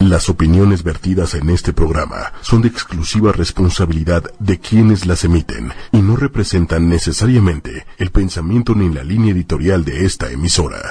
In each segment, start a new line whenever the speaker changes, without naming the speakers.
Las opiniones vertidas en este programa son de exclusiva responsabilidad de quienes las emiten y no representan necesariamente el pensamiento ni la línea editorial de esta emisora.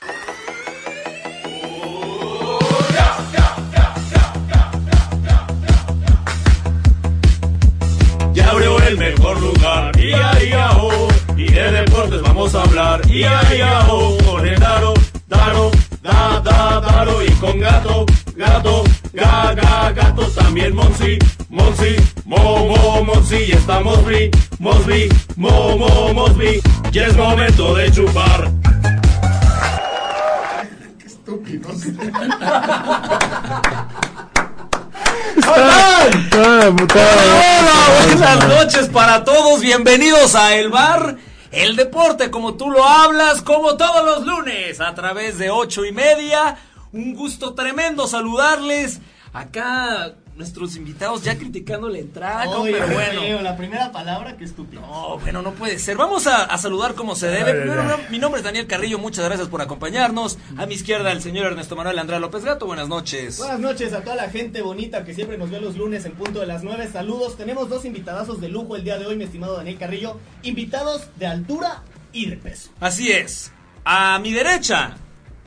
Ya abrió el mejor lugar, y ahí ajo, y de deportes vamos a hablar, y ahí ajo, con el daro, daro, da, da, daro, y con gato, gato, ga, ga, gatos también, Monsi, Monsi, mo, mo, Monsi, y está Mosby, Mosby, mo, mo, Mosby, ya es momento de chupar.
Hola, buenas noches para todos, bienvenidos a El Bar, el deporte como tú lo hablas, como todos los lunes, a través de ocho y media. Un gusto tremendo saludarles. Acá nuestros invitados ya criticando la entrada,
Oye,
Ah, pero bueno.
feo, la primera palabra que estúpido.
No, bueno, no puede ser. Vamos a, a saludar como se debe. Primero, no, mi nombre es Daniel Carrillo, muchas gracias por acompañarnos. A mi izquierda, el señor Ernesto Manuel Andrés López Gato, buenas noches.
Buenas noches a toda la gente bonita que siempre nos ve los lunes en punto de las 9. Saludos. Tenemos dos invitadazos de lujo el día de hoy, mi estimado Daniel Carrillo. Invitados de altura y de peso.
Así es. A mi derecha,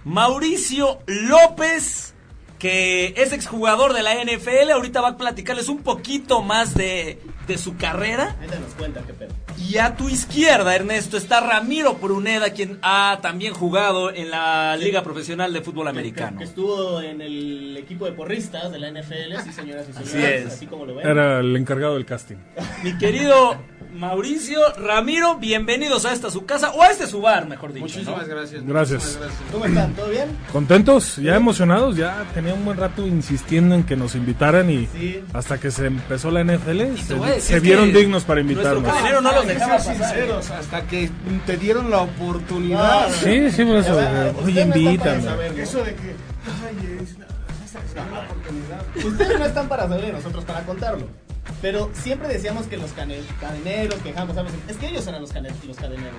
Mauricio López, que es exjugador de la NFL. Ahorita va a platicarles un poquito más de, de su carrera.
Ahí te nos cuenta qué pedo.
Y a tu izquierda, Ernesto, está Ramiro Pruneda, quien ha también jugado en la Liga Profesional de Fútbol Americano.
Que, que estuvo en el equipo de porristas de la NFL, sí señoras y señores. Así,
es.
como lo ven.
Era el encargado del casting.
Mi querido Mauricio, Ramiro, bienvenidos a esta su casa, o a este su bar, mejor dicho. ¿no?
Muchísimas gracias.
Gracias.
muchísimas gracias.
¿Cómo están? ¿Todo bien?
¿Contentos? ¿Ya emocionados? Ya tenía un buen rato insistiendo en que nos invitaran y
Sí.
hasta que se empezó la NFL
te voy a
se,
decir
se vieron
que
dignos para
nuestro
invitarnos.
cadenero
Ah,
no los dejaba
Ser
pasar.
sinceros, hasta que te dieron la oportunidad.
Ah,
Sí, sí, por eso.
Ya va,
eh,
usted
Oye,
no está para
invítame.
saberlo.
Eso de que. Ay, es la, esa es la oportunidad.
Ustedes no están para saber de nosotros para contarlo. Pero siempre decíamos que los cane- cadeneros, quejamos, ¿sabes? es que ellos eran los, cane- los cadeneros.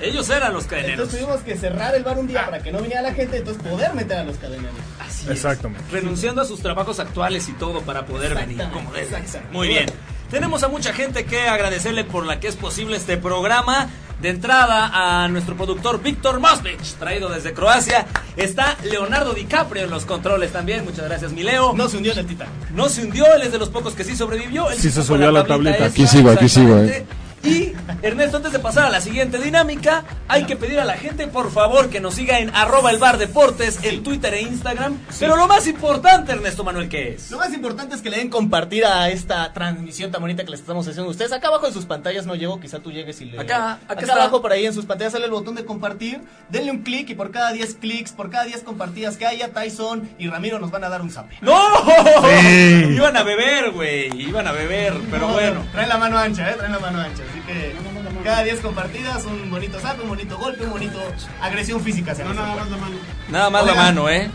Ellos eran los cadeneros.
Entonces tuvimos que cerrar el bar un día para que no viniera la gente, entonces poder meter a los cadeneros.
Así es.
Exactamente.
Renunciando a sus trabajos actuales y todo para poder venir.
Exactamente,
Como debe.
exactamente.
Muy bien. Tenemos a mucha gente que agradecerle por la que es posible este programa. De entrada a nuestro productor Víctor Mosvich, traído desde Croacia. Está Leonardo DiCaprio en los controles también. Muchas gracias, mi Leo. No,
No se hundió en el Titanic.
se hundió, él es de los pocos que sí sobrevivió. Él
Sí se
fue
subió a la tablita.
esta,
Aquí sigo, aquí sigo, eh.
exactamente. Y Ernesto, antes de pasar a la siguiente dinámica, hay que pedir a la gente, por favor, que nos siga en arroba el bar deportes, en Twitter e Instagram. Pero lo más importante, Ernesto Manuel, ¿qué es?
Lo más importante es que le den compartir a esta transmisión tan bonita que les estamos haciendo a ustedes. Acá abajo en sus pantallas no llego, quizá tú llegues y le...
Acá, acá está.
abajo por ahí en sus pantallas sale el botón de compartir. Denle un clic y por cada 10 clics, por cada 10 compartidas que haya, Tyson y Ramiro nos van a dar un zape.
¡No! Iban a beber, güey. Iban a beber, pero bueno.
Traen la mano ancha, eh, traen la mano ancha. Así que cada 10 compartidas, un bonito zape, un bonito golpe, un bonito agresión física. se pues.
No,
les
nada
ocurre.
más la mano.
Nada más la mano, ¿eh?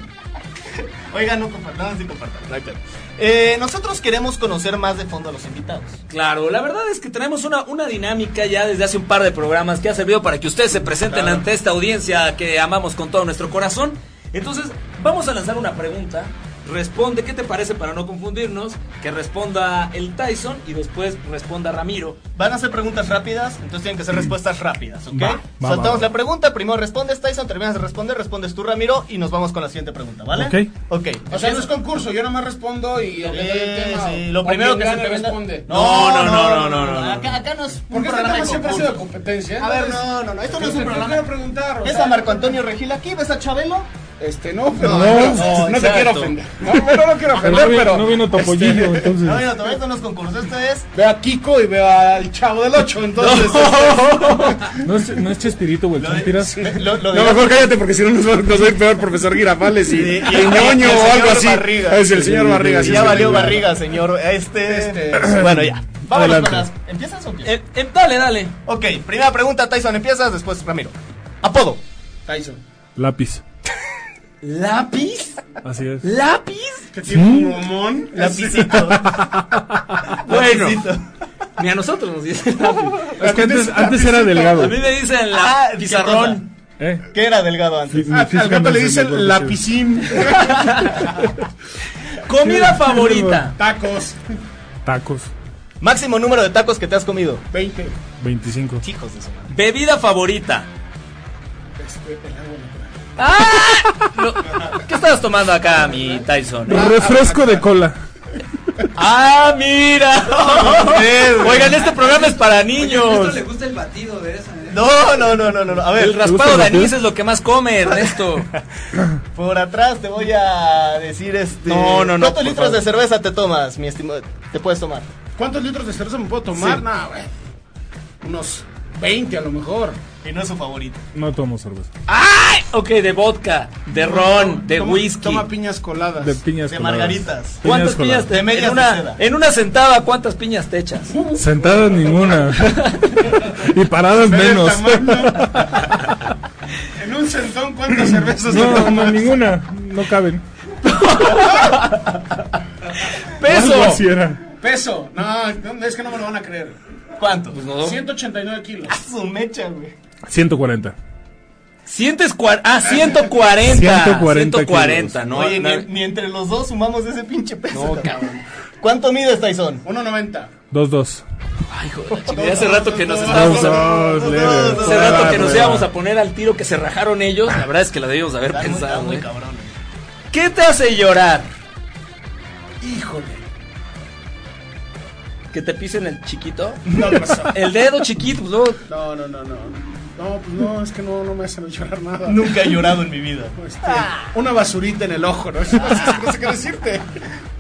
Oigan, no compartan, sí compartan. no hay pedo. Eh, nosotros queremos conocer más de fondo a los invitados.
Claro, la verdad es que tenemos una, una dinámica ya desde hace un par de programas que ha servido para que ustedes se presenten ante esta audiencia que amamos con todo nuestro corazón. Entonces, vamos a lanzar una pregunta. Responde, ¿qué te parece para no confundirnos? Que responda el Tyson y después responda Ramiro.
Van a hacer preguntas rápidas, entonces tienen que ser respuestas rápidas, ¿ok?
Va, va,
Saltamos
va, va.
la pregunta, primero respondes Tyson, terminas de responder, respondes tú Ramiro y nos vamos con la siguiente pregunta, ¿vale?
Ok.
Ok.
O sea, no es concurso, yo nada más respondo y lo que doy el
Eh,
tema.
sí,
o-
lo
o
primero
quien
que se
gane
te venga-
responde.
No, no, no, no, no,
no, no.
Acá, acá no es un
Porque este
programa de
tema siempre ha sido de
concurso.
competencia.
A ver,
entonces,
no, no, no, esto no
yo
es un
te
programa.
quiero preguntar. o
¿Ves
sea,
a Marco Antonio Regil aquí? ¿Ves a Chabelo?
Este, no, pero no,
no,
no, te
exacto.
quiero ofender. No, no, no quiero
Pero
ofender,
no, vi-
pero.
no vino Topollillo, entonces.
No, mira, todavía esto no es concurso, esto es...
Veo a Kiko y veo al chavo del 8, entonces.
No es, no es Chespirito, güey. Chompiras.
Lo, lo
No,
dirás-
mejor cállate porque si no nos va nos va a ir peor profesor Girafales y,
Sí, y-
y
y el
ñoño
señor
o algo así.
Barriga.
Es el señor Barriga.
Y
sí,
ya
sí,
valió
sí.
barriga, señor. Este.
Este-
Bueno, ya. Vámonos
Adelante.
con las. ¿Empiezas o qué?
Eh, eh, dale, dale.
Ok, primera pregunta, Tyson. Empiezas, después Ramiro. Apodo.
Tyson.
Lápiz.
¿Lápiz?
Así es.
¿Lápiz?
Que tiene un momón.
Lapicito.
Bueno.
Lapicito.
Ni a nosotros nos dicen lápiz.
Es que antes, antes era
A
delgado.
mí me dicen
Ah,
la
¿qué
pizarrón.
¿eh?
¿Qué era delgado antes? Ah,
Sí,
Ah, Al gato
físicamente
le
me acuerdo,
dicen
sí.
lapicín.
Comida favorita.
Tacos.
Tacos,
Máximo número de tacos que te has comido.
20.
25.
Hijos de su madre.
Bebida favorita.
Este, el agua natural.
No, Ah, ¿Qué estabas tomando acá, mi Tyson?
Refresco de cola.
¡Ah, mira! Oigan, este programa es para niños.
le gusta el batido de esa. ¿eh?
No, no, no, no, no. no. A ver,
El raspado de anís es lo que más come, Ernesto.
por atrás te voy a decir este.
No, no, no,
¿Cuántos
por
litros
favor.
de cerveza te tomas, mi estimado? Te puedes tomar.
¿Cuántos litros de cerveza me puedo tomar?
Sí.
Nah, güey. Unos 20 a lo mejor.
Y no es su favorito.
No tomo cerveza.
Ok, de vodka, de ron, de
Toma-
whisky.
Toma piñas coladas.
De piñas.
De
coladas.
margaritas.
¿Cuántas
Piñas con la-
piñas te
De medias
en
de
una,
seda.
en una sentada, ¿cuántas piñas te echas?
Sentadas ninguna. y paradas
Ve el
menos.
tamaño. en un sentón, ¿cuántas cervezas te
No, no,
tomas?
ninguna. No caben. Algo
¡Peso!
así era.
Peso. No, no, es que no me lo van a creer.
¿Cuántos?
Pues no.
189 kilos.
Ah, Su mecha, güey.
140.
Sientes cua- ah, 140.
140
140, ¿no?
Oye,
No,
ni, ni entre los dos sumamos ese pinche peso.
no, cabrón.
¿Cuánto mides, Tyson?
190.
2-2.
Ay, hijo de la chingada, hace rato que nos estábamos...
Dos, dos, leve.
Hace rato que nos
Claro.
íbamos a poner al tiro que se rajaron ellos, la verdad es que la debíamos haber
Está muy- está
pensado.
muy
¿eh?
cabrón.
¿Qué te hace llorar?
Híjole.
¿Que te pisen el chiquito?
No, no, no.
El dedo chiquito, pues, luego-
No, no, no, no. No, pues no, es que no, no me hacen llorar nada.
Nunca he llorado en mi vida.
Este, Una basurita en el ojo, ¿no? No sé qué decirte.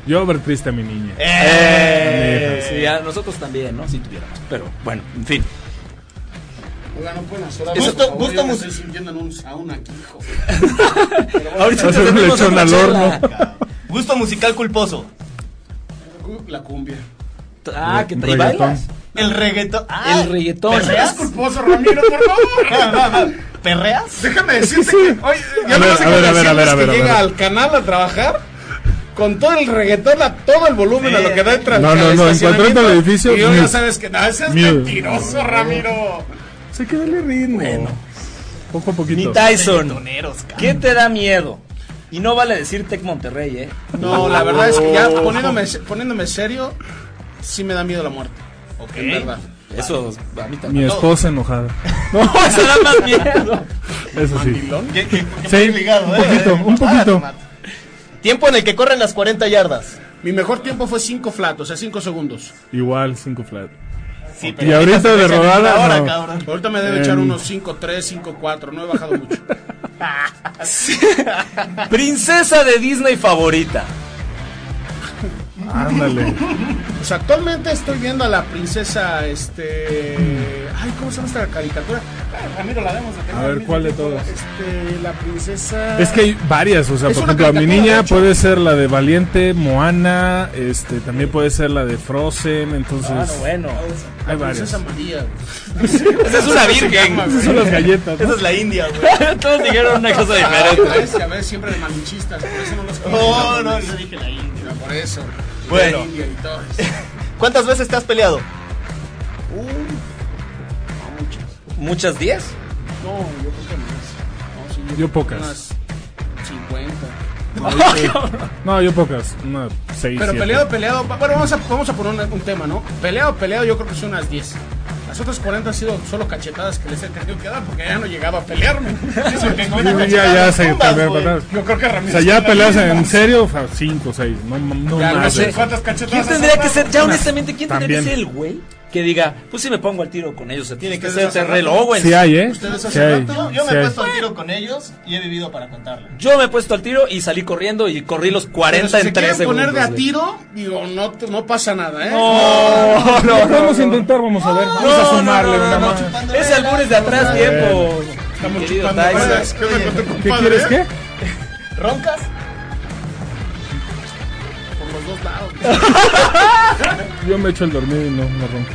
Yo ver triste a mi niña.
Eh, sí, a nosotros también, ¿no? Si tuviéramos. Pero bueno, en fin.
Oiga, no pueden hacer
Gusto-
por favor,
gusto
yo me
mus-
estoy sintiendo en un sauna aquí, hijo.
Ahorita
Hacer
te
un
servimos
lechón
otra
al
chela.
horno.
Gusto musical culposo.
La cumbia.
Ah, que te y
Reggaetón.
bailas.
El reggaetón. Ah,
El reggaetón.
¿Seas culposo, Ramiro, por favor?
¿Perreas?
Déjame decirte que. Oye,
A
ya no
ver,
sé
a ver, a ver,
qué
a ver, a ver,
decirles que
a ver.
llega al canal a trabajar. Con todo el reggaetón a todo el volumen a lo que da entra
No, no, no, en cuanto entra al edificio,
Y yo ya
mute.
sabes que no, ese es
Mute.
mentiroso, Ramiro.
Sé que dale ritmo. Poco a
Ni
poquito.
Tyson.
cabrón.
¿Qué te da miedo? Y no vale decir Tec Monterrey, ¿eh?
No, la verdad es que ya poniéndome, poniéndome serio, sí me da miedo la muerte. Ok. En verdad.
Eso a mí también.
Mi esposa enojada.
No, eso da más miedo.
Eso sí.
¿Qué- qué- qué
Sí,
muy ligado,
un
eh?
poquito, un poquito.
Ah,
Tiempo en el que corren las 40 yardas.
Mi mejor tiempo fue 5 flat, o sea, 5 segundos.
Igual, 5 flat.
Sí,
Y ahorita de rodada.
Ahora,
no.
cabrón.
Ahorita me debe
Em.
echar unos 5-3, 5-4, no he bajado mucho.
Princesa de Disney favorita.
Ándale.
O sea, actualmente estoy viendo a la princesa, este... Ay, ¿cómo se llama esta caricatura? Ah, Ramiro, la vemos.
A ver, ¿cuál de todas?
Este, la princesa...
Es que hay varias, o sea,
Es
por
una
ejemplo, a mi
caricatura, de
niña
hecho.
puede ser la de Valiente, Moana, este, también puede ser la de Frozen, entonces
Ah, no, bueno.
hay
La
varias.
princesa María. güey.
Esa es una virgen.
Esas son las galletas.
Esa
¿no?
es la India, güey.
Todos dijeron una cosa
Ah,
diferente.
ves, ya ves, siempre de manchistas, por eso no
Oh,
los
No, no, yo dije la India.
Mira, Por eso.
Bueno.
La India y todo eso.
¿Cuántas veces te has peleado?
¿Muchas 10?
No, yo creo que más. No, sí,
Yo
creo que
pocas.
Unas 50.
No, yo pocas, una seis,
Pero
siete.
peleado, peleado. Bueno, vamos a, vamos a poner un, un tema, ¿no? Peleado, peleado, yo creo que son unas 10. Las otras 40 han sido solo cachetadas que les he tenido que dar porque ya no llegaba a pelearme. Eso que con una
Ya,
cachetada
ya
las
se
tumbas,
también,
güey.
¿verdad?
Yo creo que
O
Ramiro.
sea, ya
está
peleas
la
en
misma.
serio, o sea, cinco, seis, no, no, no
Ya no
más,
sé
güey.
cuántas cachetadas.
¿Quién
has
tendría que
dado?
ser, ya honestamente, quién tendría que
También.
ser el güey que diga, pues si me pongo al tiro con ellos, se tiene que
Ustedes
ser
hace
Terrell
rato-
Owens.
Sí hay, ¿eh?
Pues, Ustedes hace
Sí hay,
Yo,
rato,
yo me
sí
he
hay.
puesto al tiro con ellos y he vivido para contarlo.
Yo me he puesto al tiro y salí corriendo y corrí los
Pero
40
si se
en 3
quieren
segundos.
poner de a
güey.
tiro, digo, no, te- no pasa nada, ¿eh?
No, no, no.
Vamos a intentar, vamos a ver, vamos a
No, no,
sumarle
no,
una
no, no,
más.
mano.
Ese albur es de atrás tiempo.
Estamos
mi querido
chupando
Tyson.
ruedas. ¿Qué onda con tu
¿Qué
compadre,
quieres
eh?
qué?
¿Roncas?
Por los dos lados.
Yo me echo el dormido y no, no rompo.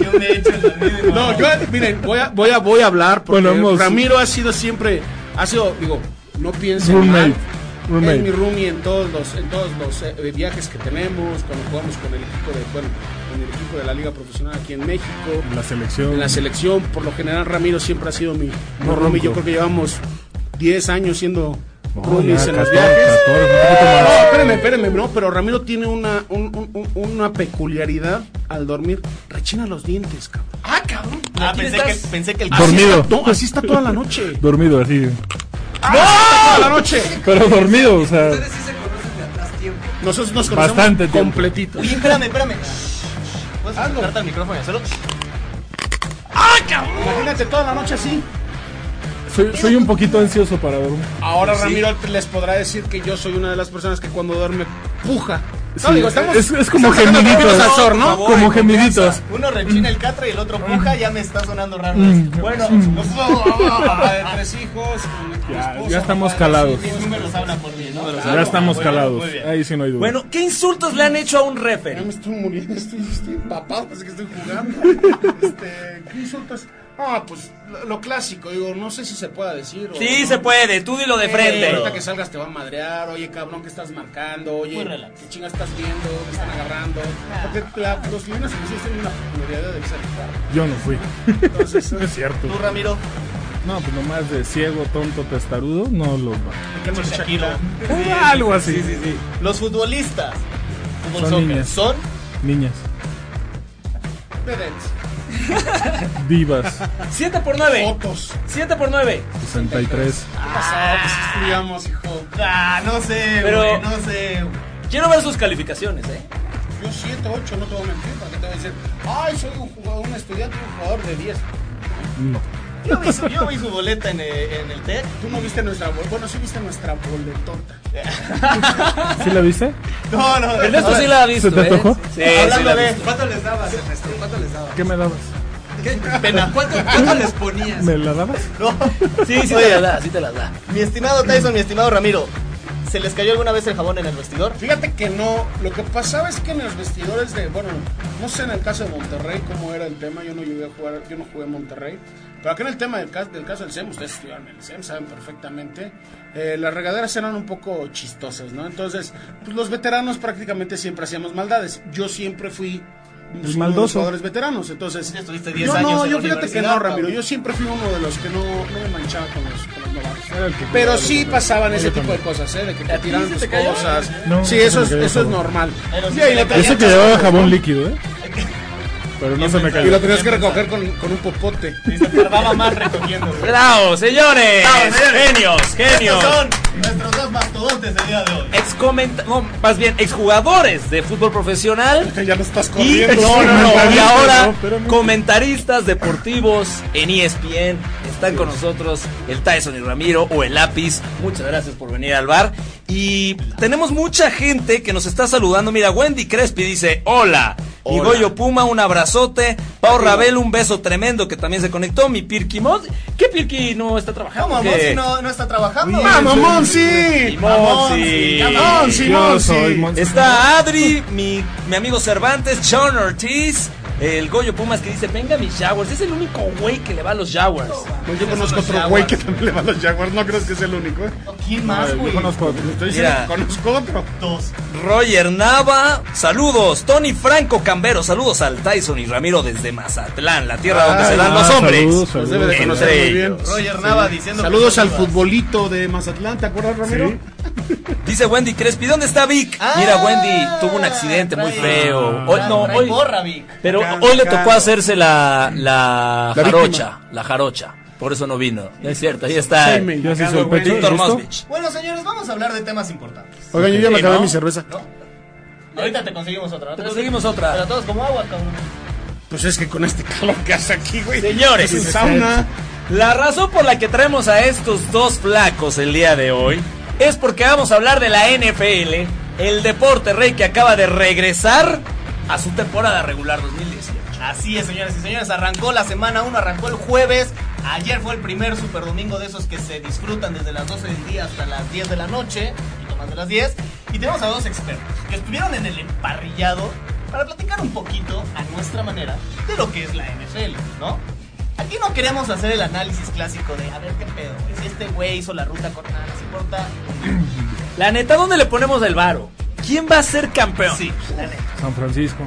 Yo me he hecho el dormido. y
No, yo, miren, voy a, voy a, voy a hablar porque
Bueno, hemos-
Ramiro ha sido siempre, ha sido, digo, no piensen mal.
Roommate, roommate.
Es mi roomie en todos los, en todos los eh, viajes que tenemos, cuando jugamos con el equipo de, bueno, con el equipo de la Liga Profesional aquí en México,
La selección.
en la selección, por lo general Ramiro siempre ha sido mi, mi
No
roomie.
ronco.
Yo creo que llevamos 10 años siendo Rulis en los
14,
viajes.
14, Ah, un poquito
No,
más.
espérenme, espérenme, no, pero Ramiro tiene una, un- un- un- una peculiaridad al dormir. Rechina los dientes, cabrón.
Ah, cabrón. Ah, pensé que, pensé que el
Dormido.
Así está, no, así está toda la noche.
Dormido, así.
Toda la noche.
Pero dormido, o sea.
Ustedes sí se conocen de atrás tiempo.
Nosotros nos conocemos
Bastante tiempo.
completito.
Oye, espérame, espérame. ¿Puedes acercarte al micrófono y hacerlo?
Imagínate toda la noche así.
Soy, soy un poquito ansioso para dormir.
Ahora Ramiro les podrá decir que yo soy una de las personas que cuando duerme puja. No,
Sí,
digo, estamos.
es, es como
estamos sacando
gemiditos.
caminos al sol, ¿no?
Como gemiditos.
Uno rechina el catre y el otro puja, ya me está sonando raro.
Mm,
Bueno, papá de tres hijos, con
Ya,
esposa,
Ah, ya estamos
papá de dos
calados.
hijos.
Mis números hablan por mí, ¿no?
Ya estamos calados.
muy bien.
Ahí sí no hay duda.
Bueno, ¿qué insultos le han hecho a un
Ya
referee?
me estoy muriendo, estoy, estoy empapado, parece que estoy jugando. Este, ¿qué insultas? Ah, pues lo, lo clásico, digo, no sé si se pueda decir. o
Sí,
no.
se puede, tú dilo de
Eh, ahorita
frente.
que salgas te va a madrear, oye cabrón, ¿qué estás marcando? Oye,
Muy relax.
¿qué chingas estás viendo? ¿Qué están agarrando? Porque la- los niños que existen una peculiaridad de exagerar.
yo no fui.
Entonces,
No es cierto.
Tú, Ramiro,
No, pues nomás de ciego, tonto, testarudo, no lo va. Ah,
¿qué más Shakira?
Algo así.
Sí, sí, sí. Los futbolistas fútbol
Son
soccer,
niñas.
son
Niñas,
vedettes,
divas,
7 por
Oh,
9.
fotos.
7 por 9.
63.
¿Qué pasó? Pues ¿qué estudiamos, hijo.
Ah, no sé,
Pero-
güey, no sé.
Quiero ver sus calificaciones, ¿eh?
Yo 7, 8, no te voy a mentir, ¿para qué te voy a decir? Ay, soy un jugador, un estudiante, un jugador de 10.
No.
Yo vi su, yo vi su boleta en, eh, en el TEC.
Tú no viste nuestra bol- bueno, sí viste nuestra boletota.
¿Sí la viste?
No, no,
El resto
ahora-
sí la ha visto,
¿Se te
¿eh?
antojó?
Sí, sí
Hablando
la ha
de-
visto.
¿Cuánto les dabas, Ernesto? ¿Cuánto les dabas?
¿Qué me dabas?
¿Qué? ¿Cuánto, cuánto les ponías?
¿Me la dabas?
no.
Sí, sí
Oye,
te la da, sí te la da.
Mi estimado Tyson, mi estimado Ramiro, ¿se les cayó alguna vez el jabón en el vestidor?
Fíjate que no, lo que pasaba es que en los vestidores de, bueno, no sé en el caso de Monterrey cómo era el tema, yo no llegué a jugar, yo no jugué en Monterrey, pero acá en el tema del, ca- del caso del SEM, ustedes estudiaron en el SEM, saben perfectamente, eh, las regaderas eran un poco chistosas, ¿no? Entonces, pues los veteranos prácticamente siempre hacíamos maldades, yo siempre fui... uno de los
maldoso.
jugadores veteranos, entonces.
Ya estuviste 10
yo
años
no,
en
yo
la
fíjate que no,
universidad,
Ramiro.
Pablo.
Yo siempre fui uno de los que no, no me manchaba con los, con los novatos.
Era el que jugaba
Pero
los
sí
novatos.
pasaban ese
Yo
tipo de
también.
cosas, ¿eh? De que te tiraban
se
tus
te cayó?
cosas.
No,
sí,
no se
eso
me
es,
cayó,
eso es
cabrón.
normal.
Pero sí
Sí, ahí
se
le
me
tenías-
Ese que llevaba jabón líquido, ¿eh? Pero no se me
y
cayó.
lo tenías que recoger con, con un popote.
Y se tardaba más recogiendo, güey.
¡Bravo, señores! ¡Genios,
Estos
genios!
son nuestros dos mastodontes del día de hoy.
Ex no, más bien, exjugadores de fútbol profesional
Ya no estás
y,
corriendo.
no, no, no, y
Comentaristas, no,
ahora
espérame.
comentaristas deportivos en E ESPN. Están con nosotros el Tyson y Ramiro o el Lápiz. Muchas gracias por venir al bar. Y tenemos mucha gente que nos está saludando. Mira, Wendy Crespi dice: Hola. Mi
Hola.
Goyo Puma, un abrazote. Pau Rabel, un beso tremendo que también se conectó. Mi Pirqui Mod. ¿Qué Pirqui no está trabajando?
¿Cómo,
¿Qué?
Monsi no, no está trabajando?
Oye,
¡Vamos,
Eso-
Monsi!
Monsi.
Ah,
¡Monsi,
Yo
Monsi!
soy Monsi.
Está Adri, mi, mi amigo Cervantes, Sean Ortiz, el Goyo Pumas que dice, venga mis Jaguars. Es el único güey que le va a los Jaguars.
Pues yo conozco otro güey que también le va a los Jaguars. No crees que es el único, ¿eh?
¿Quién más,
Yo
güey?
conozco a otro.
Estoy diciendo
Mira.
que conozco otro.
Dos.
Roger Nava, saludos. Tony Franco Cambero, saludos al Tyson y Ramiro desde Mazatlán, la tierra donde
Ah,
se dan
ah,
los hombres.
saludos, saludos.
Los debe de
Entre
conocer muy bien.
ellos.
Roger Nava diciendo.
Saludos
que-
al futbolito de Mazatlán, ¿te acuerdas, Ramiro?
Sí.
Dice Wendy Crespi, ¿dónde está Vic?
Ah,
Mira, Wendy tuvo un accidente muy
trae-
feo. Hoy, no,
trae
hoy,
porra, Vic.
pero
Acá,
hoy le
acá.
tocó hacerse la, la,
La
jarocha, la jarocha. Por eso no vino. No es cierto, ahí está.
Sí, me-
Ya se hizo el pecho.
Víctor
¿listo?
Mosvich.
Bueno, señores, vamos a hablar de temas importantes.
Oigan, yo ya me
Sí,
acabé
¿no?
mi cerveza.
Ahorita te conseguimos otra. ¿no?
Te conseguimos
Pero
otra.
todos como agua, cabrón.
Pues es que con este calor que hace aquí, güey.
Señores,
Es sauna.
la razón por la que traemos a estos dos flacos el día de hoy es porque vamos a hablar de la NFL, el deporte rey que acaba de regresar a su temporada regular 2018.
Así es, señoras y señores, arrancó la semana 1, arrancó el jueves. Ayer fue el primer super domingo de esos que se disfrutan desde las 12 del día hasta las 10 de la noche, un poquito más de las 10. Y tenemos a dos expertos que estuvieron en el emparrillado para platicar un poquito a nuestra manera de lo que es la NFL, ¿no? Aquí no queremos hacer el análisis clásico de a ver qué pedo, güey, si este güey hizo la ruta corta, no se importa.
La neta, ¿dónde le ponemos el varo? ¿Quién va a ser campeón?
Sí, la neta.
San Francisco.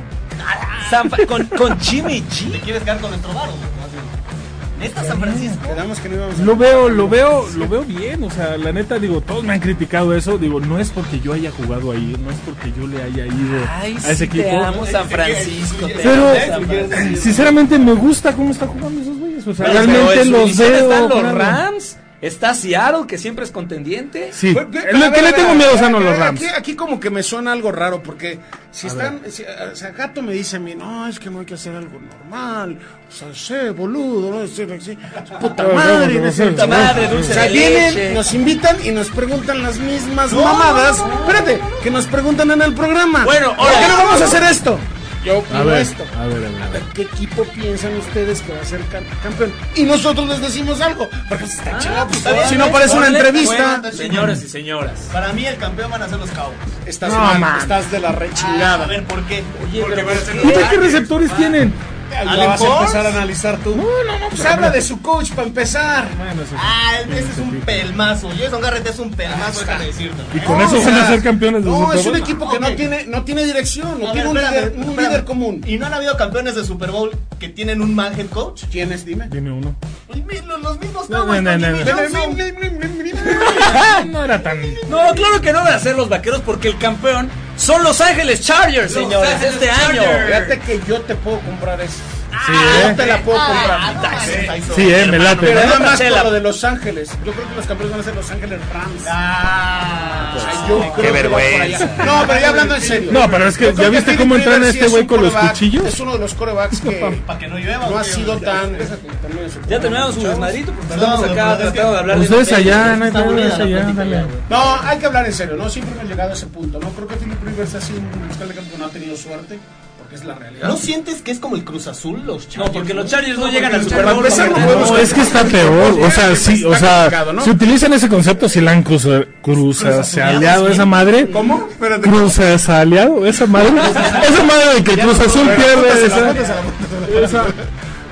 San Fra- con, con Jimmy
¿Te
G.
quieres quedar con nuestro varo? güey? Así. ¿Neta San Francisco?
Quedamos que no íbamos a-
Lo veo, lo veo, lo veo bien, o sea, la neta digo, todos me han criticado eso, digo, no es porque yo haya jugado ahí, no es porque yo le haya ido
Ay,
a
sí,
ese equipo.
te amo San Francisco. Te
Pero,
amo San Francisco.
sinceramente, me gusta cómo está jugando esos güeyes. O sea,
Pero en
realmente
su
los
división
veo.
Están los
claro.
Rams, está Seattle, que siempre es contendiente.
Sí,
Pues,
Es
a
lo que
ver,
le
a
tengo
ver,
miedo
a
son a
ver,
los
aquí-
Rams.
Aquí, como que me suena algo raro, porque si están. si- o sea, Gato me dice a mí, no, es que no hay que hacer algo normal. O sea, sé, boludo, no sé, no sé". Puta
no,
madre,
no,
no sé.
puta
madre,
O
dulce
sea,
de leche.
vienen, nos invitan y nos preguntan las mismas mamadas. Espérate, que nos preguntan en el programa.
Bueno,
¿por
ahora-
qué no vamos a hacer esto? Yo
A
opino
ver,
esto.
a ver, a ver.
A ver, ¿qué equipo piensan ustedes que va a ser cam- campeón? Y nosotros les decimos algo. Porque
Ah,
está chingada, pues, si no parece una
Ponle-
entrevista.
¿eh? Bueno, Señores y señoras.
Para mí el campeón van a ser los Cowboys.
Estás
No, Ah,
mal,
man.
estás de la
A
rechingada.
ver, ¿por qué?
Porque van a ser los
Mira qué receptores tienen.
Ya
Allen
vas a
Ford.
empezar a analizar tú. No, no, no. Pues habla de su coach para empezar.
Bueno, eso sí.
Ah, ese es un pelmazo. Jason Garrett es un pelmazo, déjame decirte.
Y con
No,
eso
o
van a
sea,
ser campeones de
No,
Super
es un
Bowl.
equipo que
Ok.
no tiene, no tiene dirección, no
A ver,
tiene un
espérame,
líder, un
espérame.
líder común.
¿Y no han habido campeones de Super Bowl que tienen un mal head coach?
¿Quién es? Dime.
Tiene uno.
Pues mi- Los, los mismos
No,
Cowboys
no,
con
no,
Jimmy
no, no.
Johnson.
no era tan.
No, claro que no van a ser los vaqueros porque el campeón son Los Ángeles Chargers, señores,
Ángeles
este año.
Chargers.
Fíjate que yo te puedo comprar eso.
Sí,
yo Ah, te
eh.
la puedo
Ah,
comprar.
no, mames, Tyson.
Sí, eh, me late.
Pero
¿no?
nada más por
Chela.
lo de Los Ángeles. Yo creo que los campeones van a ser Los Ángeles Rams.
Ah,
pues
Ay, yo creo que va por allá. No, pero ya hablando en serio.
No, pero es que,
Yo creo
¿ya viste
Philip
cómo entraron
Rivers
a
sí
este
es
güey
un
con los
quarterback,
cuchillos?
Es uno de los corebacks que
para que no llueva.
no ha
güey.
sido tan.
Ya terminamos su desmadrito porque
Perdón,
estamos
güey, pero
acá
es que-
tratando de hablar de.
Ustedes allá, no hay
Está
problema,
aburrida la
allá,
plática,
dale.
güey.
No, hay que hablar en serio, ¿no? Siempre hemos llegado a ese punto, ¿no? Creo que Philip Rivers ha sido un fiscal de campo no ha tenido suerte, porque es la realidad.
¿No sientes que es como el Cruz Azul los
No,
Chargers?
porque los Chargers no llegan al
porque los
Super
Chargers-
Bowl.
para empezar,
hombre.
no podemos-
No, es que está peor. O sea, sí, o sea, si utilizan ese concepto, si la han cruza- cruzasealeado esa madre.
¿Cómo? Espérate.
Cruzasealeado, esa madre. Esa madre de que el Cruz Azul pierde. esa- esa-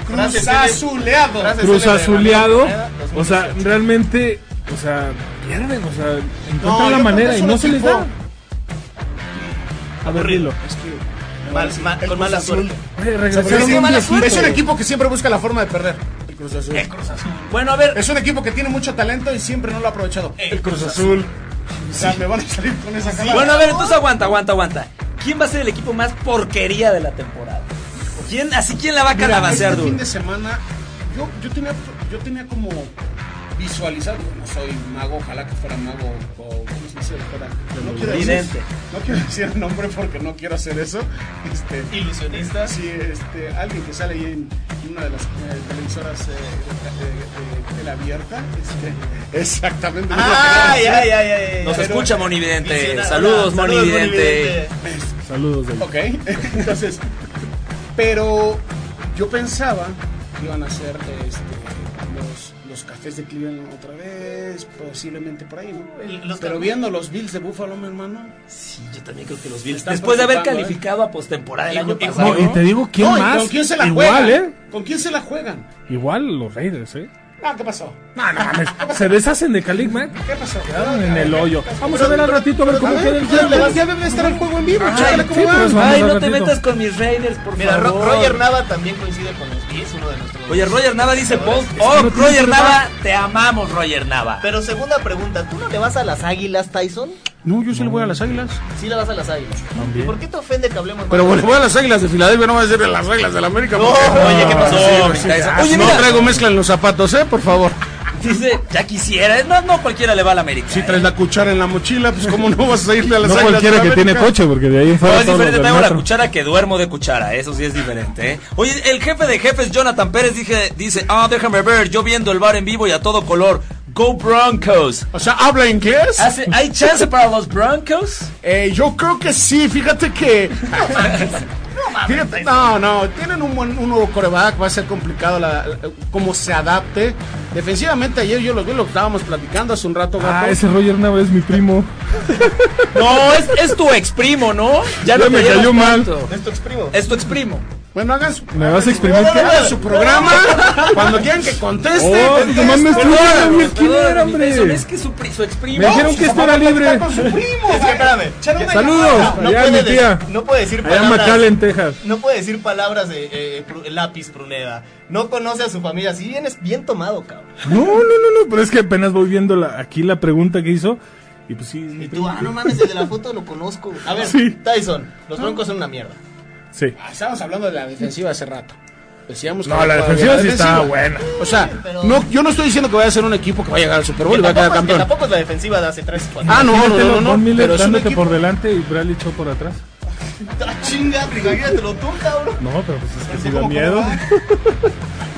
Cruz azuleado.
Cruzazuleado. O sea, realmente, o sea, pierden. O sea, encuentran la
yo creo
manera
que
y
es
no
un
se les
equipo-
da. A ver, dilo.
Mal- mal- con mala suerte.
Oye,
Es,
regresaron
un-
un
es un
viejito.
equipo que siempre busca la forma de perder. El Cruz Azul.
Bueno, a ver,
Es un equipo que tiene mucho talento y siempre no lo ha aprovechado. El Cruz Azul. O sea, me van a salir con esa cara.
bueno, a ver, entonces aguanta, aguanta, aguanta. ¿Quién va a ser el equipo más porquería de la temporada? ¿Quién, así quién la va a
Mira,
calabacear
este fin
duro?
de semana yo, yo tenía yo tenía como visualizado no soy mago ojalá que fuera mago o como se dice fuera no quiero, decir,
Vidente.
no quiero decir el nombre porque no quiero hacer eso este
Ilusionistas.
sí, este alguien que sale ahí en en una de las eh, televisoras eh, de- de- de tele abierta este, exactamente no es lo que
Ah,
Ay,
quería
ay,
decir.
ay, ay.
Nos
ay.
escucha Monividente.
Dice,
Saludos,
hola,
Monividente.
Saludos, David.
Ok, entonces, pero yo pensaba que iban a ser este, los, los cafés de Cleveland otra vez, posiblemente por ahí, ¿no?
El- los
pero
cafés.
viendo los Bills de Buffalo, mi hermano.
Sí, yo también creo que los Bills.
Están
Después de haber
preocupando, ¿eh?
calificado a postemporada el año
Y- y-
pasado.
No, y te digo, ¿quién
No, ¿y
más?
¿Con quién se la
Igual,
juegan?
¿eh?
¿Con quién se la juegan?
Igual los Raiders, ¿eh?
Ah, ¿qué pasó?
No, no mames. Se deshacen de Khalid Mack.
¿Qué pasó?
Quedaron en el hoyo. Vamos a ver al ratito a ver cómo
A
queda
ver,
el
ya,
juego.
ya debe estar el juego en vivo,
Ay,
chécale cómo
sí,
va.
pues,
Ay, no
Vamos
te
al ratito.
metas con mis Raiders, por
Mira, Ro-
favor.
Roger Nava también coincide con los 10, uno de nuestros.
Oye, Roger Nava dice Paul. Oh,
no tiene
Roger
problema.
Nava, te amamos, Roger Nava.
Pero segunda pregunta, ¿tú no le vas a las águilas, Tyson?
No, yo sí le voy a las águilas.
Sí le vas a las águilas. ¿Y por qué te ofende que hablemos
Pero
mal?
bueno, voy a las águilas de Filadelfia, no voy a decir de las águilas de la América.
No,
porque-
oye, ¿qué pasó?
Oye,
no
mira,
traigo mezcla en los zapatos, ¿eh? Por favor.
dice, ya quisiera. No, no cualquiera le va a la América.
Si
¿eh?
traes la cuchara en la mochila, pues cómo no vas a irle a las águilas
No
de
cualquiera
la
que tiene
América?
coche, porque de ahí en
No,
fuera
es
todos los
diferente,
del
traigo la
metro.
cuchara que duermo de cuchara, eso sí es diferente, ¿eh? Oye, el jefe de jefes, Jonathan Pérez, dije, dice, ah, déjame ver, yo viendo el bar en vivo y a todo color, go Broncos.
O sea, ¿habla inglés?
Hace- ¿Hay chance para los Broncos?
Eh, yo creo que sí, fíjate que... Fíjate, no, no, tienen un, buen, un nuevo coreback, va a ser complicado la, la- cómo se adapte. Defensivamente ayer yo los vi, lo estábamos platicando hace un rato,
Ah,
gato.
ese Roger Nava es mi primo.
No, es, es tu ex primo, ¿no?
Ya
no te
me
llevas
cayó mal.
tanto.
¿Es tu exprimo?
Eh, Es tu ex primo.
Bueno, hagan su,
¿Me vas a exprimir qué?
hagan su programa cuando quieran que conteste.
Oh,
que
no mames,
esto.
tú ya sabías quién
Perdón,
era,
mi
hombre.
Tyson, es que su, pri- su exprimo.
Me dijeron que esto era libre.
Con su primo.
Es que, espérame.
Saludos,
No
allá
puede
mi tía.
decir- No puede decir
Allá en McAllen, Texas.
No puede decir palabras de eh, pru- lápiz pruneda. No conoce a su familia. Así vienes bien tomado, cabrón.
No, no, no, no, pero es que apenas voy viendo la, aquí la pregunta que hizo. Y pues sí. es mi
Y tú,
primo.
ah, no mames, el de la foto lo conozco. A ver,
Sí.
Tyson, los broncos son una mierda.
Sí.
Ah, Estábamos hablando de la defensiva hace rato. Decíamos
No,
que
la
todavía
defensiva sí
defensiva.
estaba buena.
O sea, no, yo no estoy diciendo que vaya a ser un equipo que va a llegar al Super Bowl y va a
tampoco,
quedar
es, que
campeón.
tampoco es la defensiva de hace 3 4
Ah, no, no, no,
Mételo,
no,
Von
no.
Miller
Pero es un
dándote
equipo.
por delante y Bradley Cho por atrás.
Ah, chinga, imagínatelo tú, cabrón.
No, pero pues es que sí
Yo
da
como
miedo.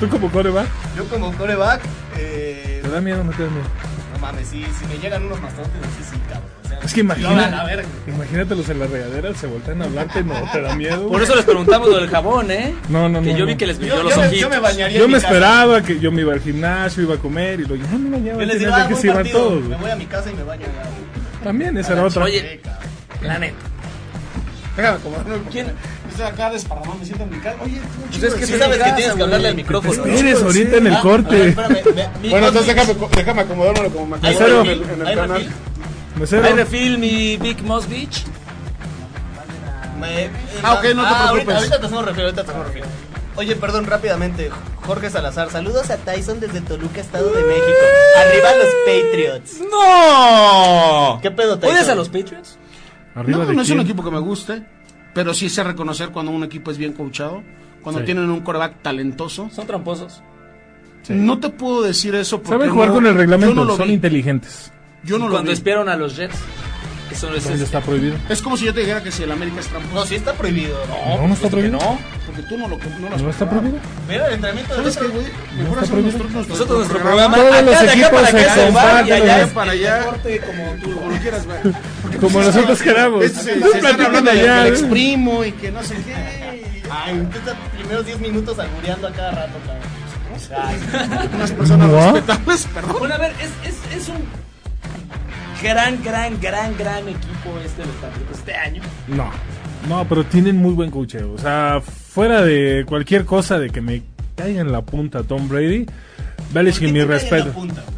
Tú como coreback,
Yo como coreback, eh,
¿te da miedo o no te da miedo?
no mames, si, si me llegan unos mastotes, sí, sí, cabrón. O sea,
Es que
lo van a
imagina,
ver.
imagínatelos en la regadera, se voltean a hablarte, no, te da miedo.
Por eso les preguntamos lo del jabón, ¿eh?
No, no,
Que
no,
yo
no.
vi que les brilló
Yo,
los
yo me,
ojitos.
yo me bañaría.
Yo
en
me
mi casa.
esperaba que yo me iba al gimnasio, iba a comer y lo dije, ah, mira,
Yo
ya va a
les
tener
digo, ah,
que
buen
se iban
partido,
todos.
Me
güey.
voy a mi casa y me baño. güey.
También, esa era otra.
Oye,
Sí, cabrón.
la neta.
Déjame acomodarme.
¿Quién?
Estoy acá desparramado, me siento en mi casa. Oye, tú,
Pues es que
Sí
tú
sabes que
llegas,
tienes que
güey.
hablarle al micrófono. ¿no?
Eres ahorita en el
Ah, a ver,
corte.
espérame, ve- mi-
Bueno, entonces
mi-
déjame, déjame acomodármelo como me
¿Hay
Ahí cero.
acomodaron en
refil?
el, en el
¿Hay
canal.
refil?
¿Hay
Mesero,
refil mi Big Moss Beach?
Me- eh,
Ah, ok, no te
Ahorita,
preocupes.
ahorita te hacemos refil, ahorita te hacemos refil. Oye, perdón, rápidamente. Jorge Salazar, saludos a Tyson desde Toluca, Estado de México. Arriba los Patriots.
¡No!
¿Qué pedo, Tyson?
¿Puedes a los Patriots?
arriba
No,
de
no es
quién?
un equipo que me guste, pero sí sé reconocer cuando un equipo es bien coachado, cuando
Sí.
tienen un coreback talentoso.
Son tramposos.
No te puedo decir eso porque
Saben jugar
no-
con el reglamento,
Yo no lo
son
vi.
inteligentes.
Yo no lo
Cuando
vi.
espiaron a los Jets. Eso es este.
Entonces está prohibido.
Es como si yo te dijera que si el América es tramposo,
No, sí está prohibido.
No, no está prohibido. No,
porque tú no lo no lo has
no está
probado.
prohibido.
Mira el entrenamiento de
¿Sabes qué,
nosotros.
güey? Mejor hacemos nosotros nuestro,
Nosotros nuestro
programa.
programa.
Todos los
acá de acá
equipos
para
se
acá es bar y
comparten
allá
los-
es-
Para allá,
como tú.
como lo quieras ver.
Como nosotros queramos.
Este, se,
Ustedes
se están
platican
hablando de-
allá,
del
¿eh?
exprimo y que no sé qué.
Ay, usted está primeros 10 minutos albureando a cada rato, cabrón. Ay,
Unas personas
¿No?
respetables, perdón.
Bueno, a ver, es, es, es un gran, gran, gran, gran equipo este de los Patriots este año.
No, no, pero tienen muy buen cocheo. O sea, fuera de cualquier cosa de que me caiga en la punta Tom Brady, vale
¿por qué te cae
que mi
en la
respeto.
punta, güey?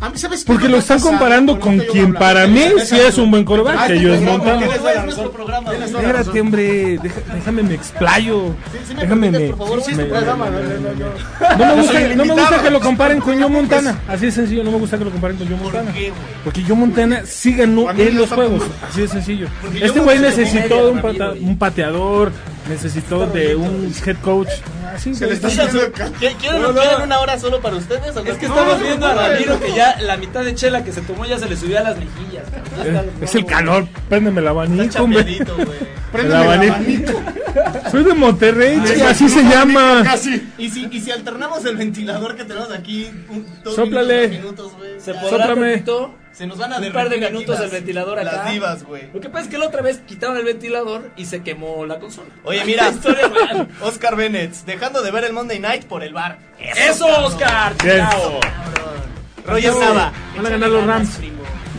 A mí, ¿sabes qué?
Porque
No
lo
me ha
están
pasado,
comparando
pero
con
ahorita yo
quien
voy a hablar.
para mí
Esa
sí es un buen
Ah,
coreback que
tu
ellos
programa,
montaron.
tienes
No
toda la
es nuestro
razón.
programa,
Tienes
güey.
toda la
Espérate,
razón.
hombre, deja- déjame me explayo.
Sí, sí me
déjame
permites, por favor,
me-
sí, es tu
me-
programa,
me-
no, no, no, no.
No me,
soy
gusta,
el
no me
invitado.
gusta que lo comparen con Joe Montana. Así de sencillo, no me gusta que lo comparen con Joe Montana.
qué, güey?
Porque Joe Montana sí ganó
A mí
en
me
los
está-
juegos. Así de sencillo.
Porque Joe
Este güey
Montana
necesitó de un,
media,
pata-
Ramiro, y-
un pateador, necesitó de un head coach. Así de
le está
sencillo.
yendo el ca-
¿Qué- ¿Quieren, quieren una hora solo para ustedes?
Es que estamos viendo a Ramiro que ya la mitad de chela que se tomó ya se le subió a las mejillas. cabrón. Ya
Eh,
está-
Es el calor, préndeme el abanico, hombre.
chapeadito, güey.
El abanico. Soy de Monterrey, chica, así se llama.
Casi.
Y si, y si alternamos el ventilador que tenemos aquí, un, dos
Sóplale.
minutos, dos minutos, güey.
Se
Ya,
podrá
Sóplame.
tantito.
se nos van a
Un
derretir
par de
aquí
minutos
las-
el ventilador acá.
Las divas, güey.
Lo que pasa es que la otra vez quitaron el ventilador y se quemó la consola.
Oye, mira,
Historia real.
Oscar Bennett, dejando de ver el Monday Night por el bar.
Eso, Oscar.
Bien.
Chao.
Roger Nava.
Van a ganar los Rams.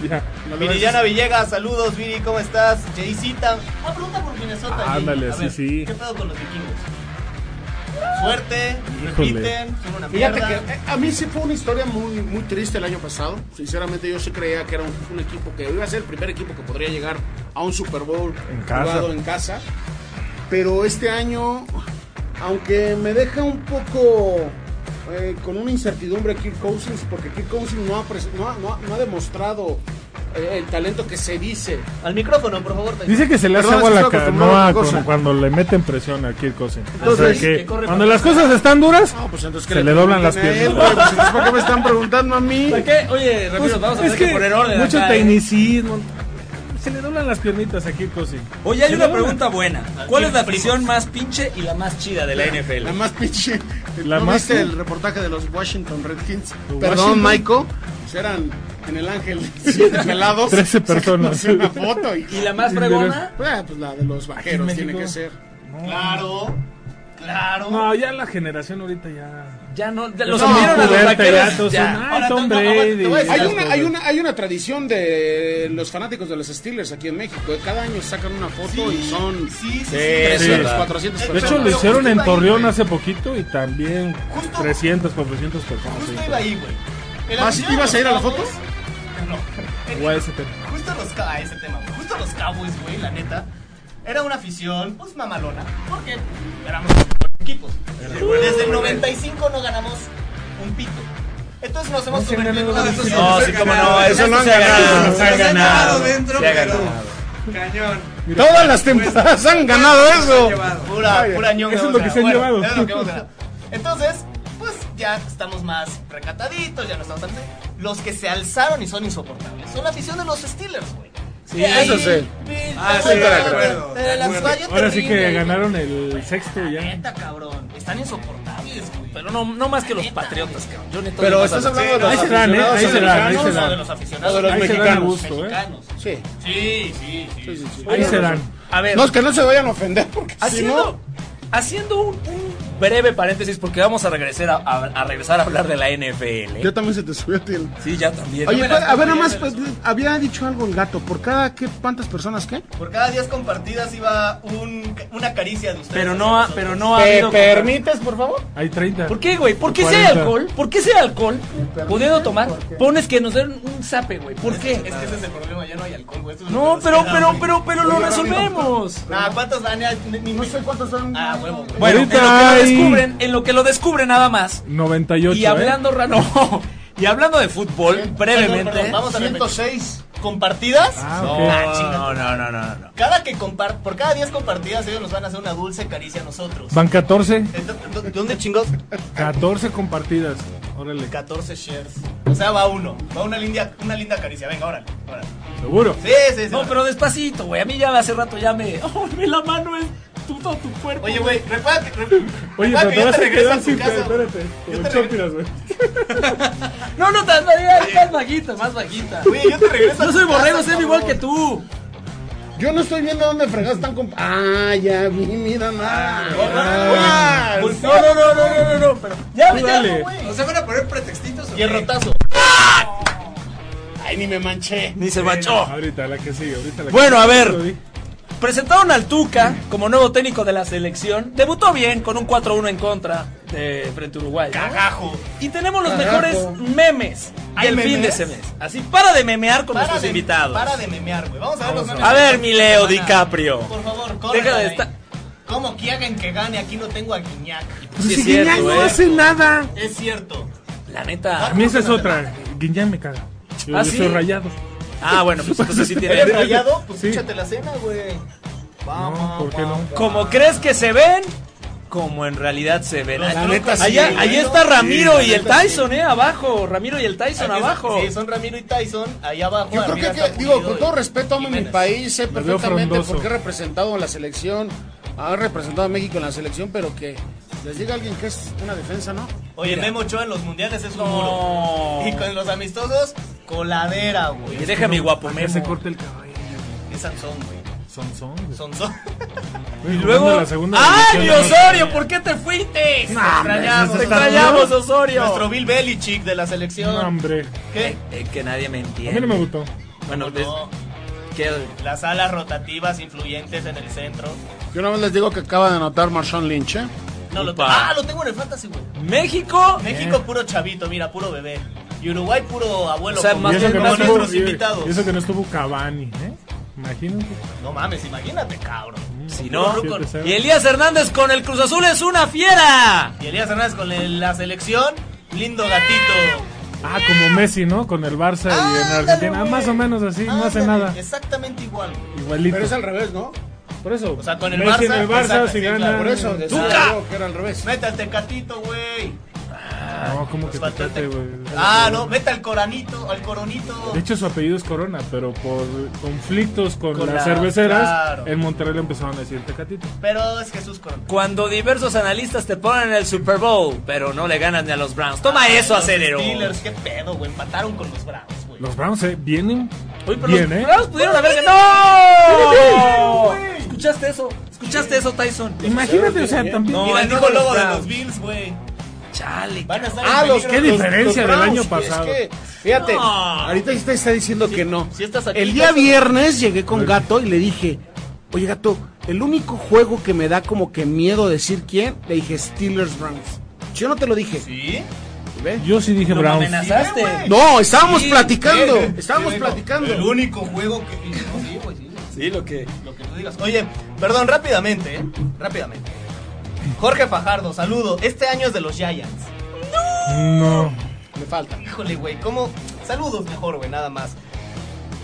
Ya.
Viridiana Villegas, saludos, Viri, ¿cómo estás? Jaycita. Ah, pregunta por Minnesota.
Ah,
Jay.
ándale,
A
sí,
ver,
sí.
¿Qué pedo con los vikingos? Suerte,
Híjole.
repiten, son una
Fíjate
mierda.
que eh, a mí sí fue una historia muy, muy triste el año pasado. Sinceramente yo sí creía que era un, un equipo que iba a ser el primer equipo que podría llegar a un Super Bowl
En casa.
jugado en casa. Pero este año, aunque me deja un poco eh, con una incertidumbre Kirk Cousins, porque Kirk Cousins no ha, pres- no ha- no ha- no ha demostrado eh, el talento que se dice.
Al micrófono, por favor. Tyson.
Dice que se le hace
Perdón,
agua
es que
a la
estoy acostumbrado a
canoa
otra cosa.
con- cuando le meten presión a Kirk Cousins.
Entonces,
o sea que
que corre
cuando
para
las cosas están duras,
No, pues entonces,
¿qué Se le doblan las
pregunten a él,
piernas.
güey? Pues, entonces, ¿Por qué me están preguntando a mí?
¿Para qué? Oye, Ramiro,
pues,
vamos a tener que, poner orden.
mucho
acá, ¿eh?
tecnicismo. Se le doblan las piernitas a Kirk Cousins.
Oye, hay una pregunta buena. ¿Cuál
sí,
es la
primos.
prisión más pinche y la más chida de Ah, la NFL?
La más pinche.
La
¿No
más
viste
qué?
el reportaje de los Washington Redskins?
¿Los
Perdón,
Washington?
Maiko. Pues eran en el Ángel siete pelados.
13 personas.
Sacan una foto y...
¿Y la más fregona?
Ah, pues la de los
Aquí
vaqueros
en
tiene
México.
que ser.
Claro. Claro.
No, ya la generación ahorita ya.
Ya no, de- los
No,
subieron a los
puberta,
vaqueros,
ya, todos
ya.
son, "Ay,
Ahora,
Tom
no, no,
Brady".
te voy a decir
Esas
Hay una,
cosas.
hay, una, hay una tradición de los fanáticos de los Steelers aquí en México. eh, Cada año sacan una foto y son
Sí, sí, sí.
tres,
sí.
tres, 400
De
De
personas.
hecho, lo
Pero
hicieron
justo
en
iba ahí,
Torreón
güey.
hace poquito y también
Justo.
300, 400 personas.
Justo
ahí.
iba ahí, güey. El
¿Vas-
aficionado
ibas a ir a la foto?
Cowboys- No. El-
UST.
Justo los Cow- ah, ese tema, güey. Justo los Cowboys, güey, la neta. Era una afición, pues mamalona, porque éramos equipos. Desde el 95 no ganamos un pito. Entonces nos hemos convertido en una
nada.
afición.
No, sí, cómo no, eso no han ganado.
Se
Se ha ganado.
han ganado dentro,
Se ha
pero-
ganado.
Cañón.
Todas las temporadas han ganado eso.
Llevado.
Pura, pura ñonga.
eso
vamos
es lo que
a-
se han
bueno,
llevado.
eso es lo que vamos a ganar. Entonces, pues ya estamos más recataditos, ya no estamos tan. Los que se alzaron y son insoportables son la afición de los Steelers, güey. Sí,
eso sí.
Ah, sí, de acuerdo, de acuerdo.
Ahora sí que ganaron el sexto ya.
Neta, cabrón. Están insoportables, güey.
Pero no, no más que los patriotas, cabrón. Yo ni todo
Pero
me
estás
pasa
hablando de los
Ahí se dan, ¿eh?
aficionados
Ahí se dan, ahí
americanos.
o
se
de
dan.
los aficionados.
O de los
Ahí se dan a
mexicanos.
gusto, ¿eh?
mexicanos.
Sí.
Sí, sí, sí.
Ahí se dan.
A ver,
No, es que no se vayan a ofender porque si
haciendo,
no...
haciendo un, un breve paréntesis porque vamos a regresar a, a- a regresar a hablar de la NFL.
Yo también se te subió a ti el...
¿eh? Sí, ya también.
Oye,
No me
pa-
las-
a ver, nada más, pues, había dicho algo el gato. ¿Por cada qué, cuántas personas qué?
Por cada 10 compartidas iba un, una caricia de ustedes.
pero no, ha-
hacia
pero
nosotros.
no ha habido.
por favor?
Hay 30.
¿Por qué, güey? ¿Por qué si hay
40.
alcohol? ¿Por qué si hay alcohol? Pudiendo tomar, pones que nos den un zape, güey. ¿Por qué?
Es que ese es el problema, ya no hay alcohol, güey. Esto es lo que
No,
nos
pero,
queda,
pero,
güey.
pero, pero lo resolvemos.
Nah, ¿cuántos dan? Ya, ni- ni- No sé cuántos dan. Ah, huevo, güey.
Bueno, en lo que
Ahorita
lo
hay-
descubren, en lo que lo descubren nada más.
98.
Y hablando, ra- no, y hablando de fútbol, brevemente.
Perdón, perdón, vamos a repetir. 106 compartidas.
Ah,
No,
ok.
ah, chinga.
No, no, no, no, no.
Cada que compar por cada 10 compartidas ellos nos van a hacer una dulce caricia a nosotros.
¿eh? Van 14.
Entonces, ¿dó- ¿Dónde chingados?
14 compartidas. Órale.
14 shares. O sea, va uno. Va una linda, una linda caricia. Venga, órale, órale.
Seguro.
Sí, sí, sí.
No,
órale.
pero despacito, güey. A mí ya hace rato ya me. Oh, me la mano en tu- todo tu cuerpo.
Oye, güey, recuerda que, re-
Oye,
recuerda
pero
que
te
ya
vas
te
a quedar
regresas a
sin.
tu casa.
Espérate.
Yo
Como
te regreso-
Chompiras, güey.
No, no, tan ya, más bajita, más bajita.
Oye, yo te regreso. a
Yo
tu
soy borrego,
casa,
soy
cabrón.
igual que tú.
Yo no estoy viendo dónde fregados están comp... Ah, ya vi, mira nada.
Ah, Oye,
No, no, no, no, no, no, no, pero. Ya,
Tú
ya,
dale.
güey.
O sea, van a poner pretextitos. o qué?
hierrotazo.
Ay, ni me manché.
Ni se manchó.
Ahorita la que sigue, ahorita la que
Bueno,
sigue.
a ver.
Lo di.
Presentaron al Tuca como nuevo técnico de la selección. Debutó bien con un 4-1 en contra de frente a Uruguay. ¿no?
Cagajo.
Y tenemos los
Carajo.
mejores memes
¿Hay
del fin de
memes?
ese mes. Así, para de memear con nuestros
de,
invitados.
para de memear, güey. Vamos a ver los memes.
A
de
ver,
esta
mi Leo
semana.
DiCaprio.
Por favor, corre.
Deja de estar-
Como que hagan que gane, aquí no tengo a Guiñac.
Sí,
Pues
es
Si Guiñac
cierto,
no
eh.
hace nada.
Es cierto.
La neta.
A mí esa es otra. Guiñán me caga. Yo,
¿Ah,
yo
sí?
soy rayado.
Ah, bueno, pues entonces sí tiene.
¿Eres rayado? Pues
Sí.
échate la cena, güey. Vamos.
No, ¿por qué no?
Como crees que se ven, como en realidad se ven.
Los
Ah,
locos,
allá,
sí,
allá
bueno.
está Ramiro
Sí,
y el
la neta,
Tyson, eh, abajo. Ramiro y el Tyson abajo.
Sí, son Ramiro y Tyson, allá abajo.
Yo creo
arriba
que, que-
está
digo,
Pulido
con
y
todo respeto, amo mi
Jiménez.
país, sé
veo
perfectamente
frondoso.
por qué he representado a la selección, ha representado a México en la selección, pero que les diga alguien que es una defensa, ¿no?
Oye, Memo Ochoa en los mundiales es un muro.
No.
Y con los amistosos, coladera, güey.
Y deja mi guapo
Que se
memo.
corte el cabello.
Es Sansón, güey.
Son son. güey.
Son son.
Güey,
Y
jugando
luego.
la segunda
¡Ay,
división, ¿no?
Osorio! ¿Por qué te fuiste?
No, hombre,
extrañamos,
eso
Te
está
extrañamos,
duro.
Nuestro
Osorio.
Bill Belichick de la selección.
No, hombre.
¿Qué?
Eh, que nadie me
A mí no me
entiende.
gustó.
Bueno, es-
No,
que-
las alas rotativas influyentes en el centro.
Yo nada más les digo que acaba de anotar Marshawn Lynch, ¿eh?
No, lo tengo.
Upa.
Ah, lo tengo en el fantasy, güey.
México.
¿Eh?
México puro chavito, mira, puro bebé. Y Uruguay puro abuelo.
O sea,
como
más
Y eso,
bien
que
como
no
más bien
estuvo,
nuestros
y-
invitados.
y eso que no estuvo Cavani, ¿eh? Imagínate.
No mames, imagínate, cabrón.
Si no.
Puro ruco.
Y Elías Hernández con el Cruz Azul es una fiera.
Y Elías Hernández con el- la selección. Lindo gatito.
Ah, como Messi, ¿no? Con el Barça y en
Ándale,
Argentina. Ah,
güey.
más o menos así, no hace
Ándale,
nada.
Exactamente igual. güey.
Igualito.
Pero es al revés, ¿no?
Por eso.
O sea, con el
Messi en
Barça,
el Barça
exacto,
si
sí,
gana.
claro,
Por eso, decía
¡Tuca!
yo que era al revés.
Métete, catito, güey.
No, como
Nos
que
faltó el Tec-
Tecate, güey.
Ah, no, vete al coranito, al coronito.
De hecho, su apellido es Corona, pero por conflictos con,
Con
las
la-
cerveceras,
claro.
en Monterrey le empezaron a decir Tecatito.
Pero es Jesús Corona.
Cuando diversos analistas te ponen el Super Bowl, pero no le ganan ni a los Browns. Toma eso,
Ah, Los
acerero.
Steelers, qué pedo, güey. Empataron con los Bravos, güey.
Los Browns, ¿eh? Vienen.
Oye, pero
bien,
los
¿eh?
Browns pudieron haber ganado. ¡No! ¿Escuchaste ¿Escuchaste eso? ¿Escuchaste eso, Tyson?
Imagínate, o sea, también.
Mira el
ahí
nuevo
con los
logo de
Browns.
los Bills, güey.
Chale.
Van a estar
Ah,
en
los
peligro.
qué diferencia del
Browns,
año
es
pasado.
que, fíjate,
No.
ahorita usted está diciendo que no.
si estás aquí,
el día
estás-
viernes llegué con Gato y le dije, oye Gato, el único juego que me da como que miedo decir quién, le dije Steelers Browns. Yo no te lo dije.
¿Sí? eh.
¿Ve?
Yo sí dije
No me
Browns.
amenazaste.
No, estábamos
Sí,
platicando.
Bien.
Estábamos
Sí, digo, El
platicando.
único juego que. No, sí, güey, sí.
Sí, lo que.
Lo que tú digas. Oye, perdón, rápidamente, ¿eh? Rápidamente. Jorge Fajardo, saludo. Este año es de los Giants.
No.
Me falta.
Híjole, güey, ¿cómo? Saludos mejor, güey, nada más.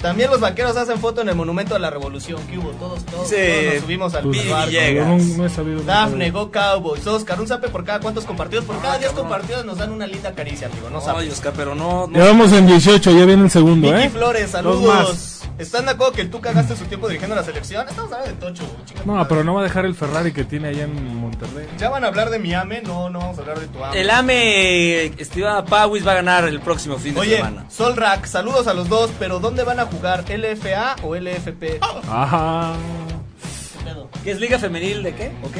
También los vaqueros hacen foto en el Monumento de la Revolución. ¿Qué hubo? Todos, todos,
Sí.
todos nos subimos al
Pues,
barco.
Villegas.
no, no he sabido.
Dafne, Go Cowboys, Oscar, un zape por cada cuántos compartidos. Por cada 10 compartidos nos dan una linda caricia, amigo. Ah, No sabes.
Ay, Oscar, pero no.
Ya
no.
vamos en 18, ya viene el segundo,
Vicky
¿eh?
Flores,
Dos
saludos.
más.
¿Están de acuerdo que tú cagaste su tiempo dirigiendo la selección? Estamos hablando de Tocho, chica.
No, pero no va a dejar el Ferrari que tiene allá en Monterrey.
¿Ya van a hablar de mi AME? No, no vamos a hablar de tu AME.
El AME, estimada Pawis, va a ganar el próximo fin de
Oye,
semana.
Solrak, saludos a los dos, pero ¿dónde van a jugar? ¿LFA o LFP?
Ajá.
¿Qué es Liga Femenil de qué? ¿O qué?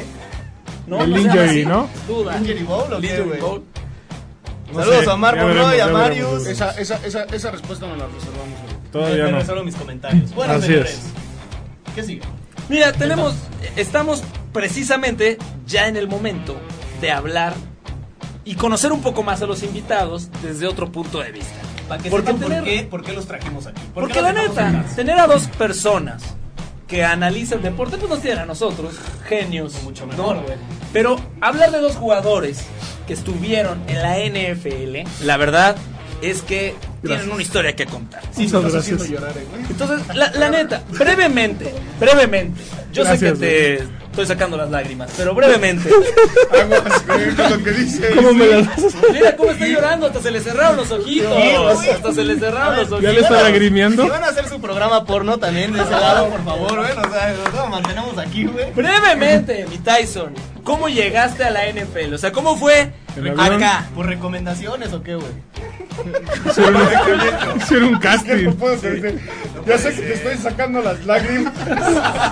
se
El
llama
injury,
así.
¿no?
Duda.
¿Injury Bowl o qué,
Injury
güey?
Bowl.
Saludos
sé,
a Omar
ya
Monroy,
veremos,
a
ya
Marius.
veremos.
Es-
Esa, esa, esa, esa respuesta no la reservamos. güey.
Todavía
Me
no.
reservo mis comentarios. Bueno,
Así
señores.
es.
¿Qué sigue?
Mira, tenemos. Estamos precisamente ya en el momento de hablar y conocer un poco más a los invitados desde otro punto de vista.
Para que
Porque
sepan por
tener-
qué, por qué los trajimos aquí. ¿Por
Porque
qué
la
los dejamos
neta,
hablar?
tener a dos personas que analizan el deporte, pues nos tienen a nosotros, genios.
Mucho mejor,
¿no?
güey.
Pero hablar de dos jugadores que estuvieron en la NFL, la verdad es que tienen una historia que contar.
Sí,
Muchas
estás
gracias.
haciendo llorar, eh, güey.
Entonces, la, la neta, brevemente, brevemente. Yo
Gracias,
sé que te estoy sacando las lágrimas, pero brevemente.
Aguas, güey, con lo que dice.
¿Cómo me las vas a-
Mira cómo está llorando, hasta se le cerraron los ojitos. Hasta se le cerraron los
¿Ya le
ojitos.
está
Bueno,
lagrimeando?
Si van a hacer su programa porno también de ese lado, Ah, por favor, güey. O sea, nosotros mantenemos aquí, güey.
Brevemente, mi Tyson, ¿cómo llegaste a la NFL? O sea, ¿cómo fue
¿En avión?
acá?
¿Por recomendaciones o qué, güey?
Hicieron un- Hicieron un casting.
No puedo creer. Ya sé que te estoy sacando las lágrimas.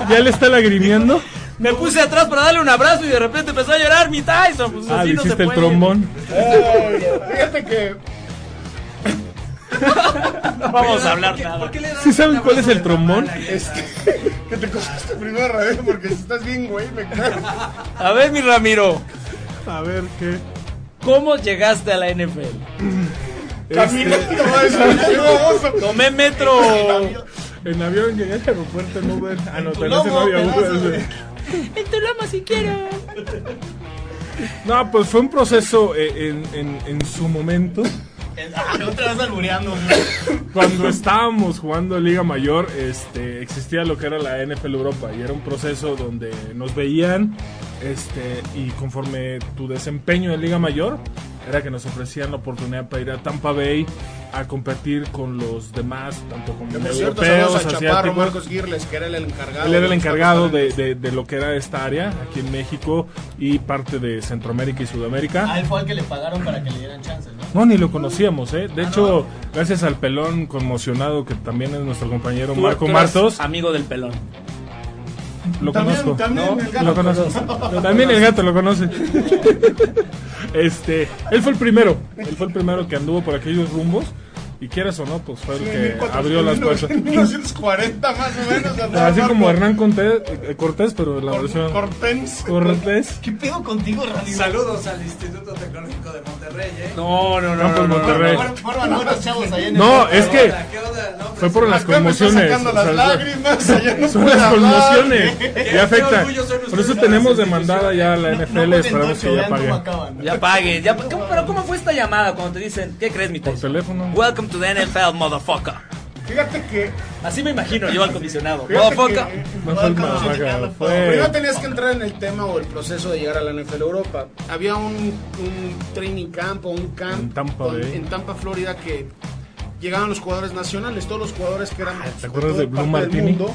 ¿Ya le está lagrimeando?
Me puse atrás para darle un abrazo y de repente empezó a llorar mi Tyson. Pues
Ah,
así
le
no se
hiciste el
puede.
trombón.
Ay, Fíjate que
No vamos a hablar nada.
¿Sí saben cuál es el trombón?
Este, que te costaste primero Rabel porque si estás bien, güey, me cago.
A ver, mi Ramiro,
A ver, ¿qué?
¿cómo llegaste a la NFL?
Este,
Caminando, va, es un chico Este, baboso.
Tomé metro.
En avión llegué al aeropuerto, no Uber. Ah, no,
tu
pero ese no
lomo,
había
pedazo
Uber.
de-
ese-
En tu loma si quieres.
No, pues fue un proceso eh, en, en, en su momento.
Ah, otra vez albureando, güey.
Cuando estábamos jugando Liga Mayor, este, existía lo que era la NFL Europa y era un proceso donde nos veían este, y conforme tu desempeño en Liga Mayor era que nos ofrecían la oportunidad para ir a Tampa Bay a competir con los demás, tanto con
Por cierto,
europeos,
saludos a Chaparro
asiáticos.
Marcos Girles, que era el encargado.
Él era el
de los
encargado
tacos
de, de- de lo que era esta área aquí en México y parte de Centroamérica y Sudamérica.
A él fue al que le pagaron para que le dieran chances, ¿no? Ah,
No, ni lo conocíamos, ¿eh? De hecho, gracias al pelón conmocionado que también es nuestro compañero Marco Martos,
Amigo del pelón.
lo
También-
conozco.
también
¿no?
el gato.
Lo conozco. También el gato lo conoce. este, él fue el primero, él fue el primero que anduvo por aquellos rumbos y quieras o no, pues fue el
Sí,
que
1400,
abrió las puertas.
1940 más o menos. andaba
Así como
Marco
Hernán Conté- eh, Cortés, pero la versión
Cortens.
Cortés.
¿Qué pedo contigo, Ramiro?
Saludos al Instituto Tecnológico de Monterrey, ¿eh?
No, no, no, no, Monterrey.
Fueron- Fueron buenos chavos ahí en
No,
el...
es que
Hola, ¿qué onda? No,
fue
pues,
por las
Acá me está
conmociones.
sacando
o
las
sea,
lágrimas. allá no
Son
puede
las
hablar.
conmociones. Y afecta.
orgullo son ustedes
Por eso
a las
tenemos
instituciones.
demandada ya la
No,
NFL.
no
Esperamos
cuenten
que ya
tocho, vean cómo
pague.
acaban.
Ya pague. Ya, ¿cómo- pero ¿cómo fue esta llamada cuando te dicen, ¿qué crees, mi
Por
Tyson?
teléfono.
Welcome to the NFL, motherfucker.
Fíjate que
Así me imagino yo al comisionado.
Fíjate
Motherfucker.
que-
No fue el motherfucker,
Primero
fue-
tenías que entrar en el tema o el proceso de llegar a la NFL Europa. Había un, un training camp o un camp
En Tampa
con-
Bay.
en Tampa, Florida, que llegaban los jugadores nacionales, todos los jugadores que eran
Ah, ¿te acuerdas
toda
de Blue
parte del
Martini?
mundo.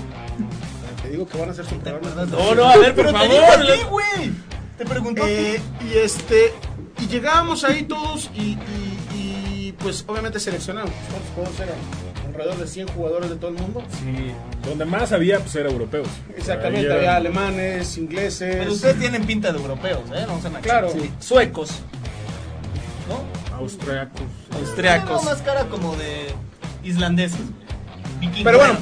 Te digo que van a hacer su programa.
No, Oh, no, ah, a ver, por
Pero te dijo a
favor.
ti, güey. Te preguntó a ti.
Eh, y este y llegábamos ahí todos y, y- y, pues obviamente seleccionamos. ¿Cuántos jugadores eran? alrededor de 100 jugadores de todo el mundo.
Sí, donde más había, pues era europeos.
Exactamente,
Ahí
había
era-
alemanes, ingleses.
Pero ustedes tienen pinta de europeos, ¿eh? No se me
Claro.
Suecos,
Austriacos.
No,
austriacos.
más cara como de islandeses. vikingos.
Pero bueno,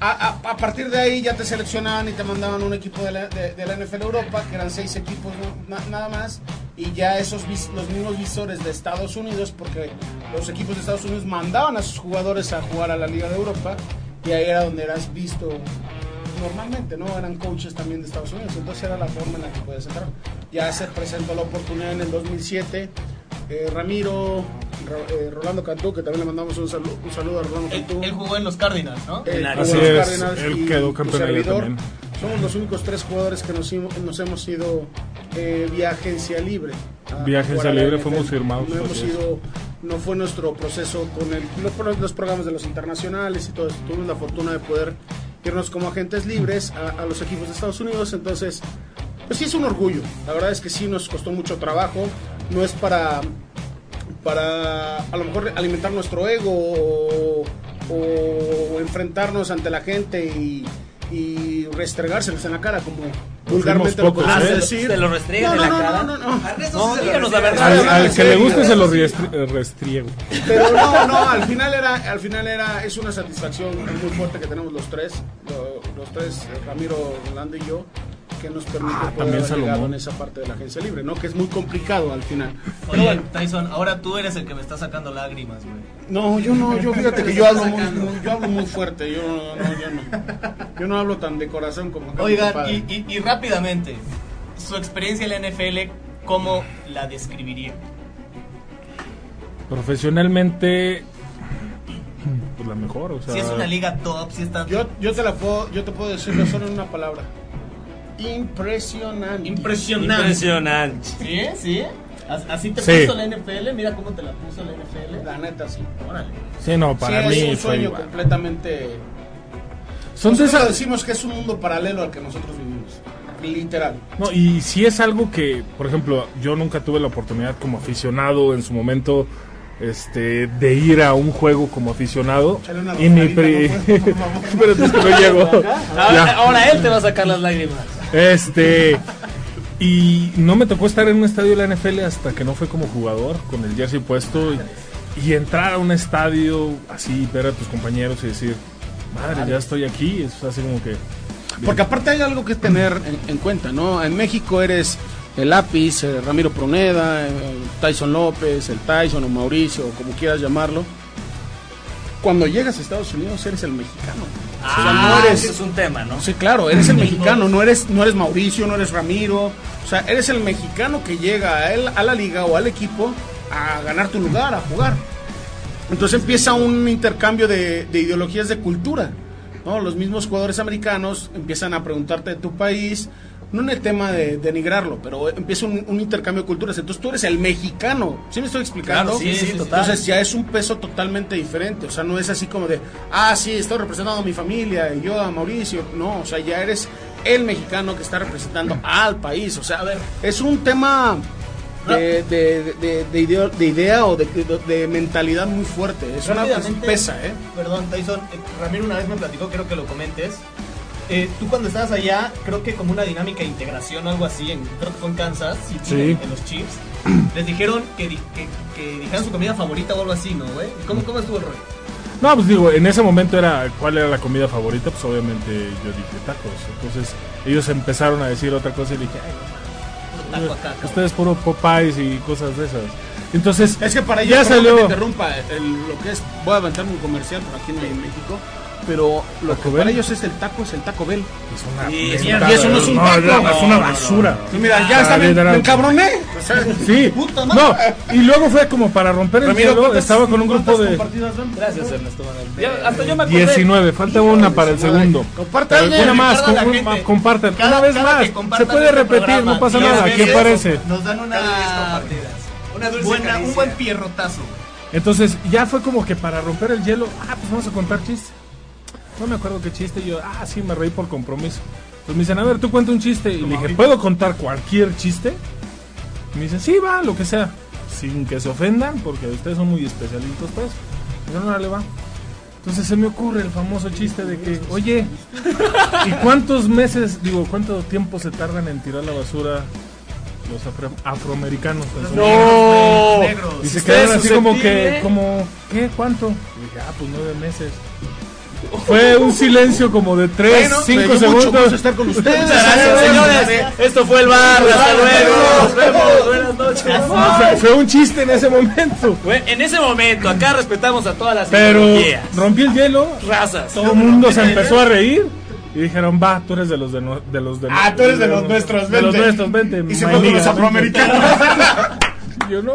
a, a- a partir de ahí ya te seleccionaban y te mandaban un equipo de la, de- de la NFL Europa, que eran seis equipos ¿no? Na- nada más, y ya esos vis- los mismos visores de Estados Unidos, porque los equipos de Estados Unidos mandaban a sus jugadores a jugar a la Liga de Europa, y ahí era donde eras visto normalmente, ¿no? Eran coaches también de Estados Unidos, entonces era la forma en la que podías entrar. Ya se presentó la oportunidad en el 2007, eh, Ramiro, Ro- eh, Rolando Cantú, que también le mandamos un saludo, un saludo a Rolando
Él,
Cantú.
él eh, jugó en los Cardinals, ¿no?
Eh,
Así
Carlos
es,
Cárdenas
él
y
quedó
tu
campeón allá
servidor.
también.
Somos los únicos tres jugadores que nos, hemos- nos hemos ido eh, vía agencia libre. a
Vía agencia
jugar a la
libre
NFL.
fuimos firmados,
No hemos
así es.
ido- no fue nuestro proceso con el, los, pro- los programas de los internacionales y todo eso. Tuvimos la fortuna de poder irnos como agentes libres a, a los equipos de Estados Unidos. Entonces, pues sí es un orgullo. La verdad es que sí nos costó mucho trabajo. No es para para a lo mejor alimentar nuestro ego o, o enfrentarnos ante la gente y, y restregárselos en la cara como vulgarmente lo
pocos,
podemos
¿eh?
decir.
¿Se lo restregan
no,
en
no,
la
no,
cara?
No, no, no.
No, díganos la
Al,
verdad.
al que le guste se lo riestri- eh, restriego.
Pero no, no, al final era, al final era, es una satisfacción muy fuerte que tenemos los tres, lo- los tres, eh, Ramiro, Rolando y yo, que nos permite
Ah,
poder
también
haber
Salomón.
llegado en esa parte de la agencia libre, ¿no? Que es muy complicado al final. Pero
Oye,
bueno,
Tyson, ahora tú eres el que me está sacando lágrimas, güey.
No, yo no, yo fíjate que yo hablo muy, muy- yo hablo muy fuerte, yo no, no, yo no. Yo no hablo tan de corazón como acá mi
Oigan,
compadre.
y, y- y rápidamente, su experiencia en la NFL, ¿cómo la describiría?
Profesionalmente, pues la mejor, o sea.
Si es una liga top, si está
yo, yo te la puedo, yo te puedo decirlo solo en una palabra. Impresionante.
impresionante.
Impresionante.
¿Sí? ¿Sí? As- Así te
Sí.
puso la NFL, mira cómo te la puso la NFL.
La neta sí.
Órale.
Sí, no, para
sí,
mí
es
fue
un sueño pues.
igual.
completamente.
Son de
nosotros
ah,
esas-
decimos que es un mundo paralelo al que nosotros vivimos. Literal.
No, y si es algo que, por ejemplo, yo nunca tuve la oportunidad como aficionado en su momento este, de ir a un juego como aficionado.
Échale una
Y mi pri-
raspadita, ¿no, por favor?
Pero es que no llego.
Ahora,
Ya.
ahora él te va a sacar las lágrimas.
Este. Y no me tocó estar en un estadio de la NFL hasta que no fue como jugador, con el jersey puesto. Y, y entrar a un estadio así, ver a tus compañeros y decir, madre, ya estoy aquí. Es así como que.
Porque aparte hay algo que tener en, en cuenta, ¿no? En México eres el lápiz, eh, Ramiro Pruneda, eh, Tyson López, el Tyson o Mauricio, o como quieras llamarlo. Cuando llegas a Estados Unidos eres el mexicano.
Ah,
no eres-
ese es un tema, ¿no?
Sí, claro, eres el mexicano, no eres, no eres Mauricio, no eres Ramiro. O sea, eres el mexicano que llega a, él, a la liga o al equipo a ganar tu lugar, a jugar. Entonces empieza un intercambio de, de ideologías de cultura. ¿no? Los mismos jugadores americanos empiezan a preguntarte de tu país, no en el tema de denigrarlo, pero empieza un, un intercambio de culturas. Entonces tú eres el mexicano. ¿Sí me estoy explicando?
Claro, sí, sí, total.
Entonces ya es un peso totalmente diferente. O sea, no es así como de, ah, sí, estoy representando a mi familia y yo a Mauricio. No, o sea, ya eres el mexicano que está representando al país. O sea, a ver, es un tema de, de- de- de idea, de idea o de, de- de mentalidad muy fuerte. Es una
Rápidamente,
pesa, ¿eh?
Perdón, Tyson, eh, Ramiro una vez me platicó, quiero que lo comentes. Eh, tú cuando estabas allá, creo que como una dinámica de integración o algo así, en, creo que fue en Kansas, City,
Sí.
en, en los Chiefs, les dijeron que, di- que, que dijeran su comida favorita o algo así, ¿no, güey? ¿Cómo, ¿Cómo estuvo el rollo?
No, pues digo, en ese momento era cuál era la comida favorita, pues obviamente yo dije tacos. Entonces ellos empezaron a decir otra cosa y dije, ay,
Un
no,
taco acá, cabrón.
ustedes puro Popeyes y cosas de esas. Entonces,
Es que para ellos,
ya
perdón que te
salió.
interrumpa, el- lo que es, voy a aventar un comercial por aquí en, en México, pero lo
Taco
que
Bell.
para ellos es el taco, es el taco Bell.
Es
Ah,
una,
Y
es
eso
un
no
taco.
es un
No,
taco.
no, es una
No, no,
basura.
Y mira, ya
Ah,
está, me,
literal.
me encabroné. O sea,
Sí, no, y luego fue como para romper el
Ramiro,
hielo,
¿cuántas-
estaba con un grupo
cuántas
de
compartidas son?
Gracias, Ernesto Manuel. Ya, hasta yo me acordé.
19, falta una para el segundo.
Compartan,
Pero Una
eh,
más,
recuerda a la
con-
gente.
compartan,
Cada-
una vez
cada que
más, se
compartan
puede
este
repetir,
programa,
no pasa
diez
nada, ¿qué
veces,
parece?
Nos dan una...
Una dulce
Buena,
caricia.
un buen pierrotazo.
Entonces ya fue como que para romper el hielo, ah, pues vamos a contar chistes. No me acuerdo qué chiste, y yo, ah, sí, me reí por compromiso. Pues me dicen, a ver, tú cuenta un chiste. Y le dije, ¿puedo contar cualquier chiste? Y me dicen, sí, va, lo que sea. Sin que se ofendan, porque ustedes son muy especialistas, pues. Y yo, no, le va. Entonces se me ocurre el famoso chiste de que, oye, ¿y cuántos meses, digo, cuánto tiempo se tardan en tirar la basura los afro- afroamericanos?
Negros, negros.
Y
¿Usted
se
es
quedaron así como
susceptible?
que, como, ¿qué? ¿Cuánto? Y dije, ah, pues nueve meses. Fue un silencio como de tres,
Bueno, me
cinco
dio mucho gusto
segundos.
estar con ustedes.
Gracias, señores. Esto fue el bar. Hasta luego. Nos vemos. Buenas
Fue-
noches.
Fue un chiste en ese momento.
Fue- En ese momento, acá respetamos a todas las
Pero
ideologías,
rompí el hielo,
razas.
Todo el mundo se empezó a reír y dijeron, va, tú eres de los de, no- de los de
Ah, tú eres de los nuestros,
De los
vente.
nuestros, vente.
Y se fue
my
con
nigga,
los
vente.
afroamericanos.
Yo no,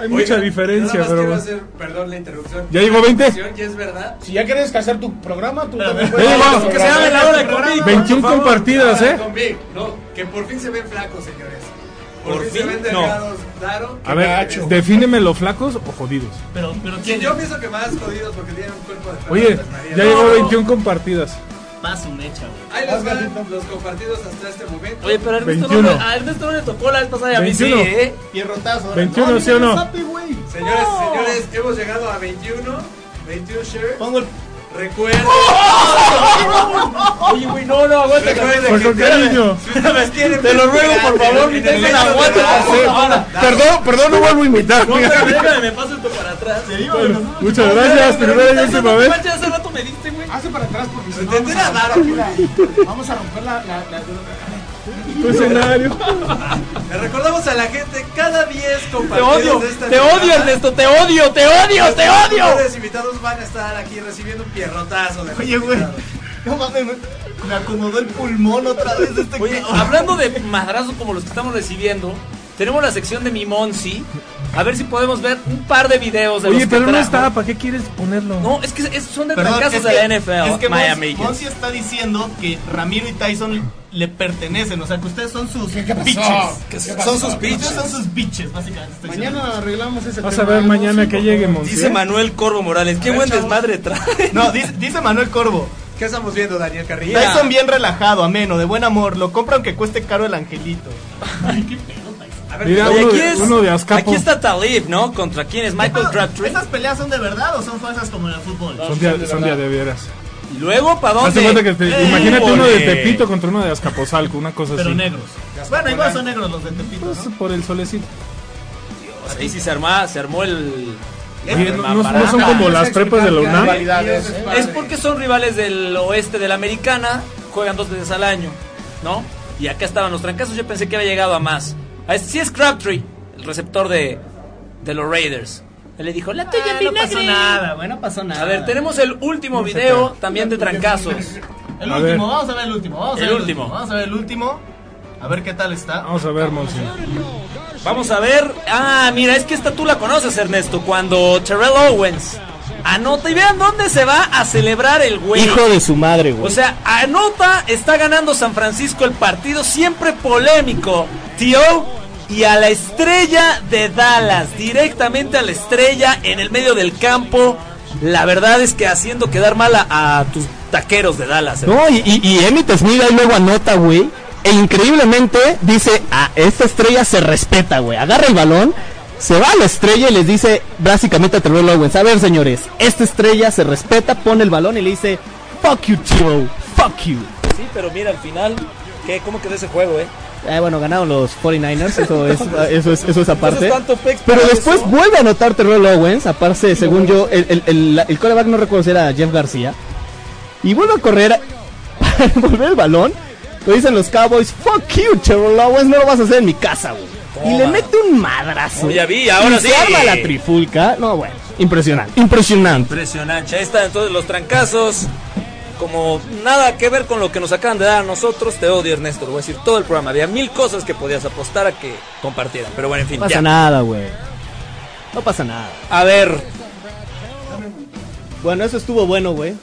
hay mucha diferencia,
Nada más
pero...
quiero
bueno.
hacer, perdón la interrupción.
¿Ya llegó 20?
eh.
Ya es verdad.
Si ya quieres hacer tu programa, tú también
Ya llegó.
Que se llame la hora de conmigo.
21 compartidas,
Ahora,
¿eh?
Con Vic, no, que por fin se ven flacos, señores. Por,
¿Por
fin, se
fin?
ven
No.
delgados, claro.
A ver,
Que-
defíneme los flacos o jodidos.
Pero, pero
que
¿quién?
yo pienso que más jodidos porque tienen un cuerpo de pues, perro de
Oye,
las Marías.
ya llegó 21 compartidas.
Más un mecha, güey.
Ahí los van los compartidos hasta este momento.
Oye, pero a Ernesto,
21.
no, le- a Ernesto no le tocó la vez pasada y a mí sí,
21.
¿eh?
Pierrotazo.
21, ¿sí o no?
Señores, señores, hemos llegado a 21. 21 shares.
Pongo el.
Recuerden,
Oye, güey, no, no, aguanta.
recuerden
Pues con
que
cariño.
si ustedes quieren
Te lo ruego, por favor, mi
en el
tengo
centro
la
de
guata.
la-
Perdón, perdón, no vuelvo a imitar.
No, pero déjame, me paso esto para atrás.
Muchas gracias,
Pero
primera y
ahorita
última
hace
vez.
rato, Hace rato me diste, güey.
Hace para atrás porque si
Se
no,
Te a dar
vamos a romper la. la- la-
Tu escenario.
Le recordamos a la gente cada 10
Te
compartidos
odio,
de esta Pues
te odio, Ernesto, te odio, te odio, te odio.
Los invitados van a estar aquí recibiendo un pierrotazo de
Oye, güey.
invitados.
No mames, me- me acomodó el pulmón otra vez este
Oye,
cabrón.
hablando de madrazos como los que estamos recibiendo, tenemos la sección de mi Monsi. A ver si podemos ver un par de videos de
Oye,
los
pero
que
no
trajo.
está, ¿para qué quieres ponerlo?
No, es que es- son de
Perdón,
fracasos
es
de
que-
la NFL,
Es que
Miami.
Monsi, Monsi está diciendo que Ramiro y Tyson le pertenecen, o sea que ustedes son sus
pasó?
bitches.
¿Qué
Son sus bitches. Son sus bitches, básicamente. estoy diciendo.
Pues Mañana arreglamos ese
Vas a
tema,
ver
¿no?
mañana
Sí,
que
por
llegue,
favor.
Monsi.
Dice Manuel Corvo Morales, qué buen desmadre trae.
No, dice, dice Manuel Corvo.
¿Qué estamos viendo, Daniel Carrillo?
Tyson bien relajado, ameno, de buen amor. Lo compra aunque cueste caro el angelito.
A ver,
Mira,
Oye,
uno
aquí,
de-
es-
uno de Azcapo.
aquí está Talib, ¿no? ¿Contra quién es? Michael Crabtree.
¿Estas peleas son de verdad o son falsas como en el fútbol?
Son día, son día de veras.
Y luego, ¿para
Hazte
dónde?
cuenta que te-
Eh,
imagínate uno de
ole.
Tepito contra uno de Azcapotzalco, una cosa
Pero
así.
negros. Bueno, igual son negros los de Tepito. ¿no?
Pues, por el solecito.
Ahí sí se, arma, se armó el...
Oye,
el
no, no- no
mamarracho.
son como las prepas de la UNAM.
Rivalidades, ¿eh?
Es porque son rivales del oeste de la americana, juegan dos veces al año, ¿no? Y acá estaban los trancazos, yo pensé que había llegado a más. Ah, es- Sí es Crabtree, el receptor de, de los Raiders. Él le dijo, la tuya
Ah, no
vinagre".
pasó nada, güey, no pasó nada.
A ver, tenemos el último video también de trancazos.
El
A
último,
ver.
vamos a ver el último. Vamos a
El
ver el
último.
último. Vamos a ver el último. A ver qué tal está.
Vamos a ver, Monsi.
Vamos a ver. Ah, mira, es que esta tú la conoces, Ernesto, cuando Terrell Owens anota y vean dónde se va a celebrar el güey.
de su madre, güey.
O sea, anota, está ganando San Francisco el partido, siempre polémico. Tío, y a la estrella de Dallas, directamente a la estrella en el medio del campo. La verdad es que haciendo quedar mal a, a tus taqueros de Dallas. ¿eh?
No, y, y, y Emmitt Smith ahí luego anota, güey. E increíblemente dice, ah, esta estrella se respeta, güey. Agarra el balón, se va a la estrella y les dice básicamente a Terrell Owens, a ver señores, esta estrella se respeta, pone el balón y le dice, fuck you, T.O., fuck you.
Sí, pero mira, al final, ¿qué? ¿cómo quedó ese juego, eh?
Eh, bueno, ganaron los 49ers, eso es, eso es, eso es aparte.
¿cuánto pex
Pero
para
después
eso?
vuelve a anotar Terrell Owens, aparte, según yo, el, el, el, el coreback no recuerdo si era Jeff García. Y vuelve a correr, para volver el balón. Lo dicen los Cowboys, fuck you, Terrell Owens, no lo vas a hacer en mi casa, güey. Y le mete un madrazo.
Oh, ya vi, ahora
y
sí.
Se arma la trifulca. No, bueno, impresionante, impresionante.
Impresionante. Ahí están entonces los trancazos. Como nada que ver con lo que nos acaban de dar a nosotros, te odio Ernesto, lo voy a decir todo el programa. Había mil cosas que podías apostar a que compartieran. Pero bueno, en fin,
No pasa
ya.
nada, güey. No pasa nada.
A ver,
Bueno, eso estuvo bueno, güey.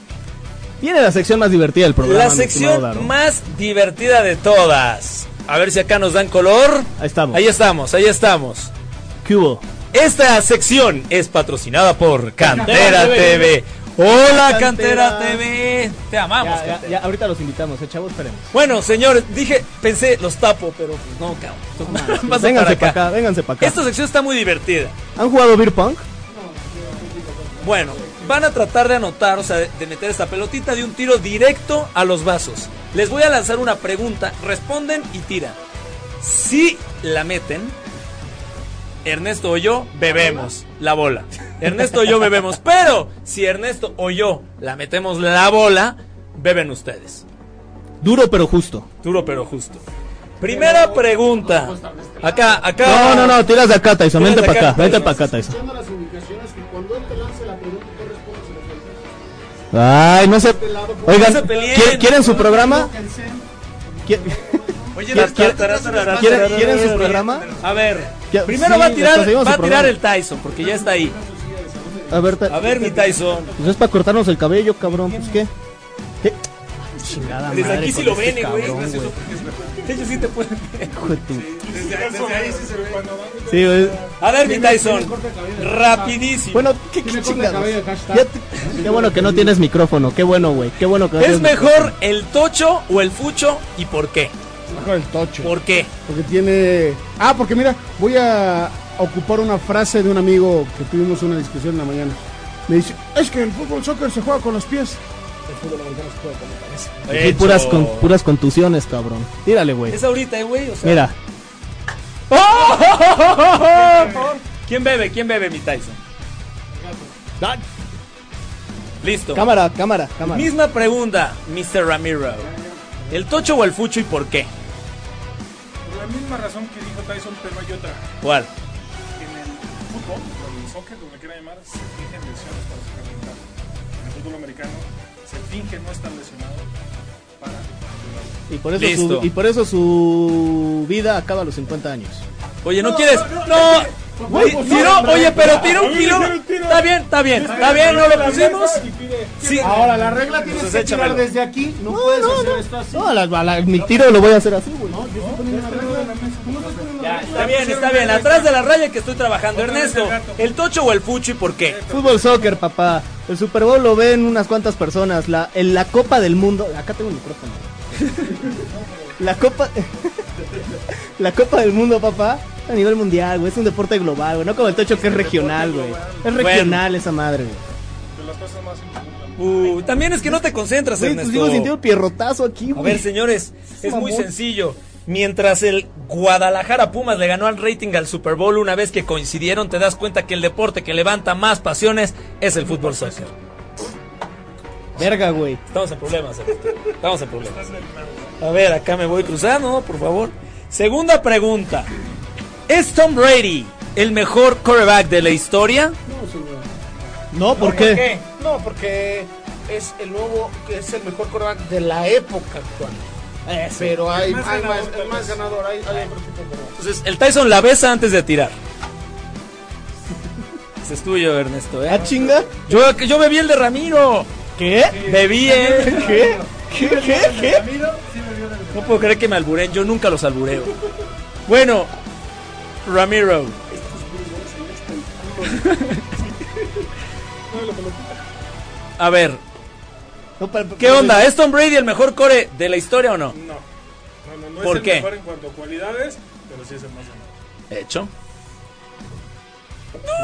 Viene la sección más divertida del programa.
la
mi estimado Daro.
sección más divertida de todas. A ver si acá nos dan color.
Ahí estamos.
Ahí estamos, ahí estamos.
¿Qué hubo?
Esta sección es patrocinada por Cantera TV. Hola Cantera
Cantera.
TV. Te amamos.
Ya,
Cantera.
ya, ya, ahorita los invitamos, eh, chavos, esperemos.
Bueno, señores, dije, pensé, los tapo, pero pues, no, cabrón. Paso
Vénganse
para
para
acá.
acá, vénganse para acá.
Esta sección está muy divertida.
¿Han jugado Beer Punk?
Bueno, van a tratar de anotar, o sea, de- de meter esta pelotita de un tiro directo a los vasos. Les voy a lanzar una pregunta, responden y tiran. Si la meten, Ernesto o yo bebemos la bola. Ernesto o yo bebemos. Pero si Ernesto o yo la metemos la bola, beben ustedes.
Duro pero justo.
Duro pero justo. Primera pregunta. Acá, acá.
No, no, no, tiras de acá, Tyson.
Tiras
Vente
de
para
acá,
acá, vente
Tyson.
para acá, Tyson.
Entiendo las indicaciones que cuando él te lance la pregunta, tú respondes a la pregunta.
Ay, no
Este
se. Oigan,
se peleen.
¿qui- ¿quieren su programa? ¿Qui-
Oye,
Oh.
¿Quiere-
las tartaras,
quiere-
tartaras,
quiere-
tartaras,
quieren su
tartaras.
programa?
A ver.
Ya,
Primero
sí,
va a tirar,
les conseguimos
va a
su
tirar
programa.
el Tyson, porque ya está ahí.
A ver, ta-
A ver, mi Tyson.
pues es para cortarnos el cabello, cabrón. Pues qué. ¿Qué? Chingada
Desde
madre
aquí sí
con
lo
este
ven, eh, güey.
cabrón,
Es gracioso porque- Ellos sí te pueden ver.
hijo de tu-
Desde, desde ahí sí se ve.
Sí, güey.
A ver, mi Tyson. Rapidísimo.
Bueno, qué, qué chingados. Ya te- Qué bueno que no tienes micrófono. Qué bueno, güey. Qué bueno que no
¿Es
tienes
mejor el tocho o el fucho y por qué?
Mejor el tocho.
¿Por qué?
Porque tiene. Ah, porque mira, voy a ocupar una frase de un amigo que tuvimos una discusión en la mañana. Me dice: Es que el fútbol soccer se juega con los pies.
micrófono. Sí, puras, con- puras contusiones, cabrón. Tírale, güey.
Es ahorita, eh, güey. O sea, ¡Oh!
Mira.
¿Quién bebe? ¿Quién bebe, mi Tyson? Listo.
Cámara, cámara, cámara.
Misma pregunta, Mr. Ramiro. ¿El tocho o el fucho y por qué?
Por la misma razón que dijo Tyson, pero hay otra.
¿Cuál?
En el fútbol, o en el soccer, como le quieran llamar, se fingen lesiones para sacar ventaja. En el fútbol americano, se finge no estar lesionado para ayudar.
Y por, eso
Listo.
su, y por eso su vida acaba a los 50 años.
Oye, ¿no quieres? No. Güey, pues, tiró, oye, pero tiró un kilo. Está bien, está bien, está bien, no lo pusimos. Sí.
Ahora, la regla tienes
Entonces, échamelo.
desde aquí. No, puedes hacer esto así.
No, a la- a la- mi tiro lo voy a hacer así, güey.
Ya, está bien, está bien. Atrás de la raya que estoy trabajando, Ernesto. ¿El tocho o el fucho y por qué?
Fútbol soccer, papá. El Super Bowl lo ven unas cuantas personas. La, en la Copa del Mundo. Acá tengo un micrófono. la Copa. la Copa del Mundo, papá. A nivel mundial, güey. Es un deporte global, güey. No como el tocho que es regional, güey. Es regional esa madre, güey.
Uh, también es que no te concentras,
Güey, pues digo, sintiendo el
Ernesto.
pierrotazo aquí,
A
güey.
ver, señores, es muy
Mamón.
sencillo. Mientras el Guadalajara Pumas le ganó al rating al Super Bowl una vez que coincidieron, te das cuenta que el deporte que levanta más pasiones es el fútbol soccer.
Verga, güey.
Estamos en problemas, Ernesto. Estamos en problemas. A ver, acá me voy cruzando, ¿no? por favor. Segunda pregunta. ¿Es Tom Brady el mejor quarterback de la historia?
No, ¿por qué?
No, porque es el nuevo, es el mejor coreback de la época actual. Pero hay, más, hay más, el más ganador, hay, hay otro tipo de coreback.
Entonces, el Tyson la besa antes de tirar. Ese es tuyo, Ernesto, ¿eh?
¿Ah, chinga?
Yo, yo bebí el de Ramiro.
¿Qué?
Bebí, ¿eh?
¿Qué? ¿Qué? ¿Qué? ¿Qué?
No puedo creer que me alburen. Yo nunca los albureo. Bueno, Ramiro. A ver,
No, pa- pa-
¿qué onda? ¿Es Tom Brady el mejor core de la historia o no?
No, no, no, no
¿Por
es
qué?
el mejor en cuanto a cualidades, pero sí es el más ganador.
Hecho.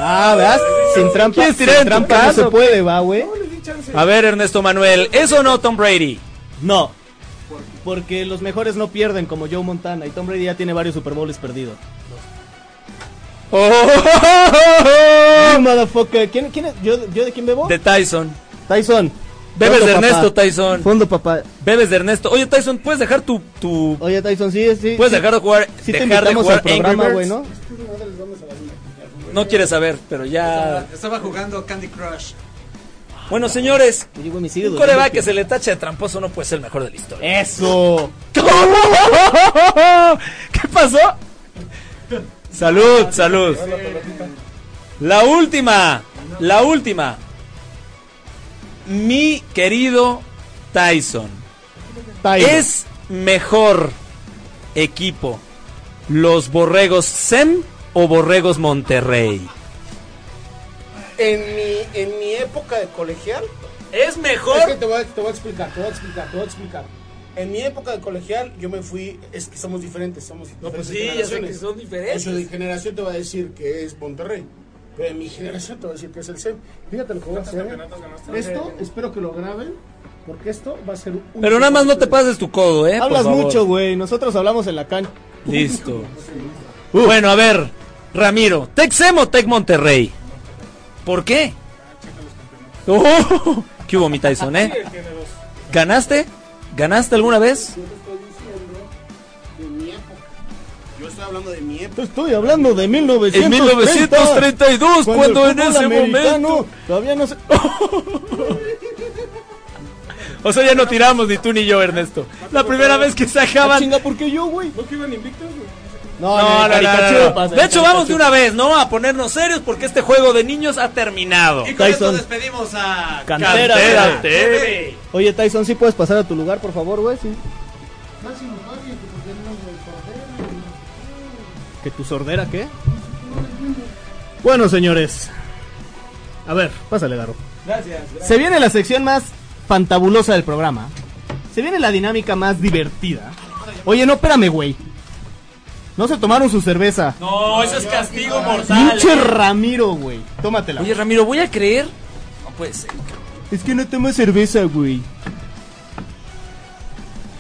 Ah, ¿verdad? Sin trampa.
¿Quieres tirar
sin
en tu
trampa no
caso?
se puede, va, güey.
A ver, Ernesto Manuel, ¿es o no Tom Brady?
No. Porque los mejores no pierden como Joe Montana y Tom Brady ya tiene varios Super Bowls perdidos. Oh. You motherfucker. ¿Quién, quién es? ¿Yo, ¿Yo de quién bebo?
De Tyson.
Tyson.
Bebes
Fondo,
de
papá.
Ernesto, Tyson.
Fondo, papá.
Bebes de Ernesto. Oye, Tyson, ¿puedes dejar tu. tu...
Oye, Tyson, sí, sí.
¿Puedes
sí.
dejar de jugar,
Sí te
dejar de
invitamos
jugar
al
Angry
programa,
Birds?
güey, ¿no?
No quieres saber, pero ya.
Estaba jugando Candy Crush.
Bueno, señores,
Oye, güey, me sigue
un
doliendo
coreback
que-
que se le tacha de tramposo no puede ser el mejor de la historia.
¡Eso!
¿Qué pasó? Salud, salud. La última, la última. Mi querido Tyson,
Tyson.
¿es mejor equipo los Borregos SEM o Borregos Monterrey?
En mi, en mi época de colegial,
¿Es
es que
mejor?
te voy, a, te voy a explicar, te voy a explicar, te voy a explicar. En mi época de colegial, yo me fui, es que somos diferentes, somos
No, pues
diferentes
sí, ya sé que
generaciones.
son
En su
diferentes.
generación te va a decir que es Monterrey. de mi generación, te voy a decir que es el SEM. Fíjate lo que voy a hacer. ¿eh? Esto, espero que lo graben, porque esto va a ser un.
Pero nada más no te pases tu codo, ¿eh? por
Hablas
favor.
mucho, güey. Nosotros hablamos en la cancha.
Listo. Bueno, a ver, Ramiro, ¿Texemo o Tec Monterrey? ¿Por qué? Oh, ¿Qué hubo, mi Tyson, eh? ¿Ganaste? ¿Ganaste alguna vez?
Yo estoy hablando de mi época.
Te Estoy hablando de 1930.
En 1932, cuando,
el
en
fútbol
ese
americano
momento.
Todavía no se.
O sea, ya no tiramos ni tú ni yo, Ernesto. La primera vez que se
Ah,
acaban.
chinga, ¿por qué yo, güey?
¿No que iban invictos? güey?
No,
No, no, no, no,
caricatura,
no. De
pasa,
hecho,
caricatura.
vamos de una vez, ¿no? A ponernos serios porque este juego de niños ha terminado.
Y con esto
Tyson.
despedimos a
Cantera,
Cantera
güey.
TV.
Oye, Tyson, ¿sí puedes pasar a tu lugar, por favor, güey? Sí. ¿Que tu sordera qué? Bueno, señores. A ver, pásale, Garro. Gracias, Se viene la sección más fantabulosa del programa. Se viene la dinámica más divertida. Oye, no, espérame, güey. No se tomaron su cerveza.
No, eso es castigo mortal. eh.
Pinche Ramiro, güey. Tómatela.
Oye, Ramiro, voy a creer. No puede ser.
Es que no tomo cerveza, güey.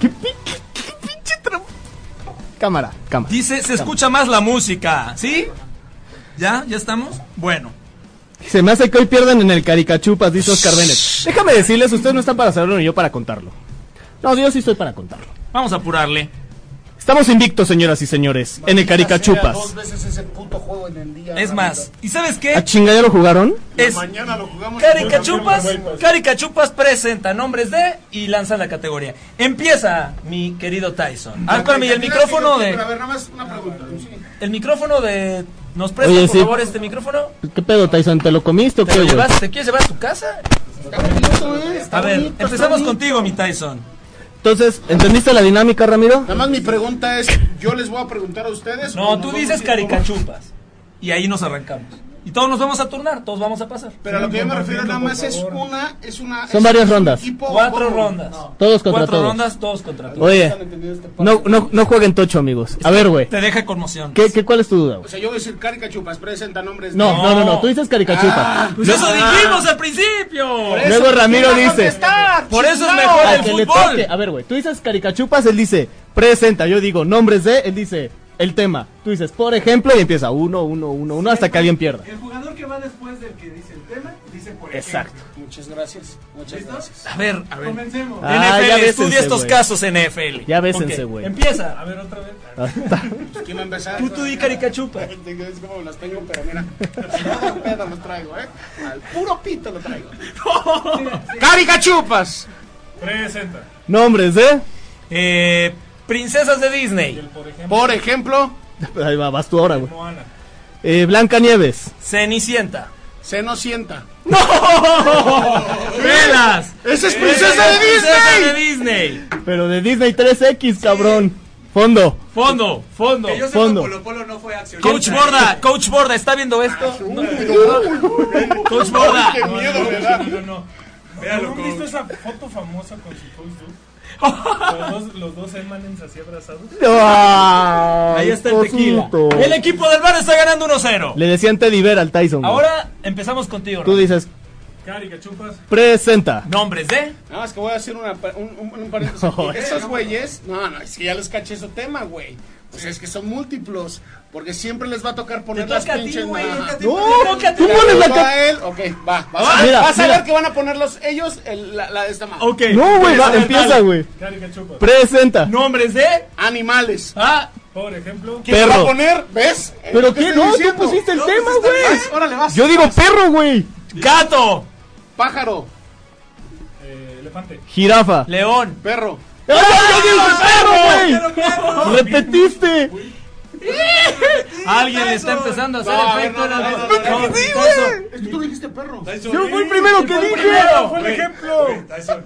¿Qué, pin- qué- qué pinche tra- Cámara, cámara.
Dice, se escucha más la música, ¿sí? ¿Ya? ¿Ya estamos? Bueno.
Se me hace que hoy pierdan en el caricachupas, dice Oscar Bennett. Déjame decirles, ustedes no están para saberlo ni yo para contarlo. No, yo sí estoy para contarlo.
Vamos a apurarle.
Estamos invictos, señoras y señores, en el
Dos
caricachupas.
veces ese puto juego en el día.
Es más, ¿y sabes qué?
¿A chinga ya lo jugaron?
Es
Mañana lo jugamos.
Caricachupas, Caricachupas presenta nombres de y lanza la categoría. Empieza, mi querido Tyson. Ah, con el micrófono de
Pero a ver, nada más una pregunta. Sí.
el micrófono de nos presta
Oye,
por
sí.
favor este micrófono.
¿Qué pedo, Tyson? ¿Te lo comiste o
¿Te
qué,
lo
güey?
llevas? ¿Te quieres llevar a tu casa?
¿eh?
A ver, empezamos contigo, mi Tyson.
Entonces, ¿entendiste la dinámica, Ramiro?
Nada más mi pregunta es, ¿yo les voy a preguntar a ustedes? o
No,
nos
tú
vamos
dices
a ir como-
Caricachupas y ahí nos arrancamos. Y todos nos vamos a turnar, todos vamos a pasar.
Pero a lo que yo me refiero nada más es una, es una...
Son
es
varias
un
rondas.
equipo-
Cuatro
¿Cómo?
rondas.
Todos contra
Cuatro
todos.
rondas, todos contra todos.
Oye,
este
no, no, no jueguen tocho, amigos. A ver, güey.
Te deja conmoción.
¿Qué, qué, ¿Cuál es tu duda,
O
güey?
sea, yo voy a decir Caricachupas, presenta nombres de-
No, no, no, no,
No.
tú dices caricachupas.
Pues eso dijimos al principio.
Ah. Por eso,
Luego
¿quién
Ramiro
va a
dice-
contestar?
Por eso es
Chingado.
mejor
Al
el
que le
fútbol.
toque. A ver, güey, tú dices caricachupas, él dice, presenta, yo digo, nombres de, él dice, el tema. Tú dices, por ejemplo, y empieza uno, uno, uno, uno, hasta que alguien pierda.
El jugador que va después del que dice el tema, dice por
Exacto.
Muchas gracias, muchas gracias.
A ver, a ver.
Comencemos.
Ah, ya
NFL,
bésense,
estudia estos
güey.
casos NFL.
Ya bésense,
Ok,
güey.
Empieza. A ver, otra vez.
¿Quién va a empezar?
Tú, tú di caricachupa.
Es como las tengo, pero mira, al pedo los traigo, ¿eh? Al puro pito lo traigo.
¡Caricachupas!
Presenta.
Nombres de...
Eh, princesas de Disney.
Por ejemplo,
Ahí va, vas tú ahora, güey.
Moana.
Eh, Blanca Nieves.
Cenicienta.
se nos sienta.
¡Velas!
¡Esa es princesa de
Princesa de
Disney!
Disney.
Pero de Disney 3X, cabrón. Fondo.
Fondo, fondo.
Que yo sepa,
Fondo.
Polo Polo no fue acción.
Coach Borda, Coach Borda, ¿está viendo esto? Coach Borda.
¡Qué miedo me da!
No, no. ¿No han visto esa foto famosa con su coach dude? Los dos, los dos Emanens así abrazados.
Ahí
Ahí
está el tequila. El equipo del bar está ganando 1-0.
Le decían Teddy Bear al Tyson. güey.
Ahora empezamos contigo.
Tú
Ramón.
dices,
Caricachupas.
presenta.
Nombres de
Nada más que voy a hacer una, pa- un, un, un paréntesis.
No, eh.
Esos güeyes, no, no, es que ya les caché su tema, güey. Pues es que son múltiplos, porque siempre les va a tocar poner las
toca a ti,
pinches.
güey, toca a
Ajá.
ti.
No,
Nunca te
tú
la-
pones la
Toca
ca-
a él, ok, va. Vas a,
Ah, mira,
vas a
mira.
ver que van a ponerlos ellos el, la, la de esta mano.
Ok.
No, güey, va,
Presenta.
empieza, güey.
Caricachupas.
Presenta.
Nombres de
Animales.
Ah,
Por ejemplo.
¿Quién va a
Perro.
poner? ¿Ves? Es
¿Pero
lo que
qué?
estoy
No, tú
diciendo.
pusiste el
No,
tema,
pues, está-
güey.
vas, Órale, vas.
Yo digo perro, güey.
gato,
Pájaro,
Eh, elefante.
Jirafa.
león.
perro.
¡Ah, yo digo perro, güey! ¡Repetiste!
Alguien está empezando a hacer
No,
efecto
no, no,
en algo.
no, no, no,
No,
no.
Tyson.
Es que tú dijiste perro.
¡Yo fui el primero que dije!
primero.
Fue el ejemplo.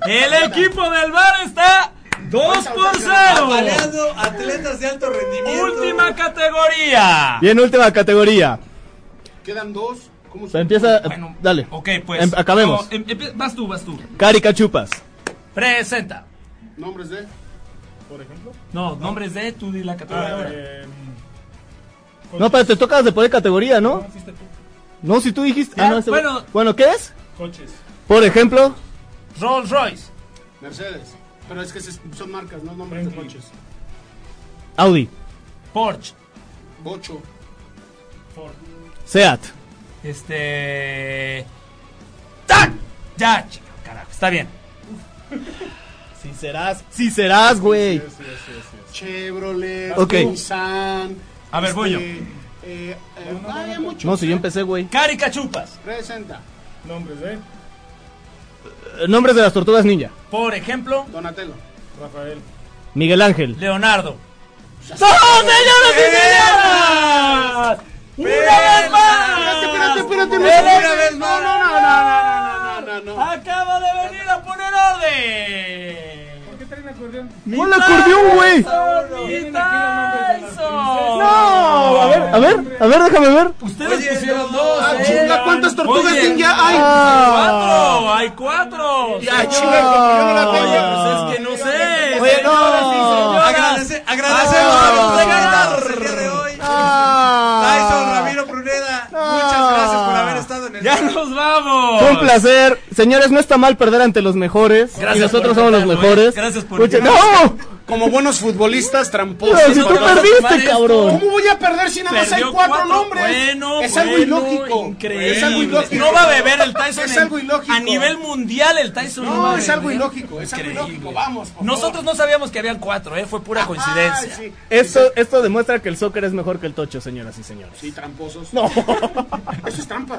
El equipo del bar está 2 por 0.
Baleando atletas de alto rendimiento. ¡Eh!
Última categoría.
Bien, última categoría.
Quedan dos. ¿Cómo
Se empieza.
Bueno,
Dale.
Ok, pues.
Em- acabemos.
No, em- em- vas tú, vas tú.
Caricachupas.
Presenta.
Nombres de.
Por ejemplo.
No, nombres de tú Ah, di la categoría.
Eh,
No, pero te tocas de poner categoría, ¿no?
¿Qué hiciste tú?
No, si tú dijiste.
Ya,
ah, no, ese-
bueno.
bueno, ¿qué es?
Coches.
Por ejemplo,
Rolls Royce.
Mercedes. Pero es que se- son marcas, no nombres de
Frankie.
coches.
Audi,
Porsche.
Bocho.
Ford.
Seat.
Este. ¡Tac! Ya, chica, carajo, está bien.
Si serás, si serás, güey.
Sí, sí, sí.
Chevrolet.
Ok.
Nissan.
A ver, voy yo.
Eh, eh, eh, vaya mucho.
No, si yo empecé, güey.
Carica chupas.
Presenta.
Nombres de
Eh, Nombres de las tortugas ninja.
Por ejemplo,
Donatello.
Rafael.
Miguel Ángel.
Leonardo.
¡Somos señoras y señoras! ¡Una vez
Espérate, espérate, espérate. no
Una
se-
vez
No, no, no, no, no, no, no, no, no.
Acaba de venir a poner orden.
¿Qué traen acordeón?
¡Hola, acordeón, güey!
¡Mi Tyson!
¡No! A ver, a ver, a ver, déjame ver.
Ustedes pusieron dos.
Ah,
¿eh?
chinga, ¿cuántas tortugas
Oye,
ninja
Ah.
¡Cuatro! ¡Hay cuatro!
Ya, chinga, como yo no la tengo.
Pues es que no sé.
Oye, no.
Agradece- agradecemos
Ah.
a nuestros invitados el día de hoy.
Ah.
Tyson, Ramiro Pruneda, muchas gracias por haber estado en el
¡Ya nos vamos!
Fue un placer. Señores, no está mal perder ante los mejores.
Gracias
y
por
nosotros somos los
invitarlo,
mejores.
eh. Gracias por
Mucha-
invitarnos.
¡No!
Como buenos futbolistas tramposos.
Pero si
no
tú
te vas a tomar
perdiste,
esto.
cabrón.
¿Cómo voy a perder si nada más Pues hay
Perdió
cuatro,
cuatro.
nombres?
Bueno,
es algo
bueno,
ilógico.
Increíble.
Es algo ilógico.
No va a beber el Tyson.
Es
en-
algo ilógico.
A nivel mundial el Tyson.
No,
va a
es algo
beber.
ilógico. Es algo
Increíble.
ilógico. Vamos, por favor.
Nosotros no sabíamos que habían cuatro, ¿eh? Fue pura coincidencia.
Ay, sí.
Esto, esto demuestra que el soccer es mejor que el tocho, señoras y señores.
Sí, tramposos.
No.
Eso es trampa.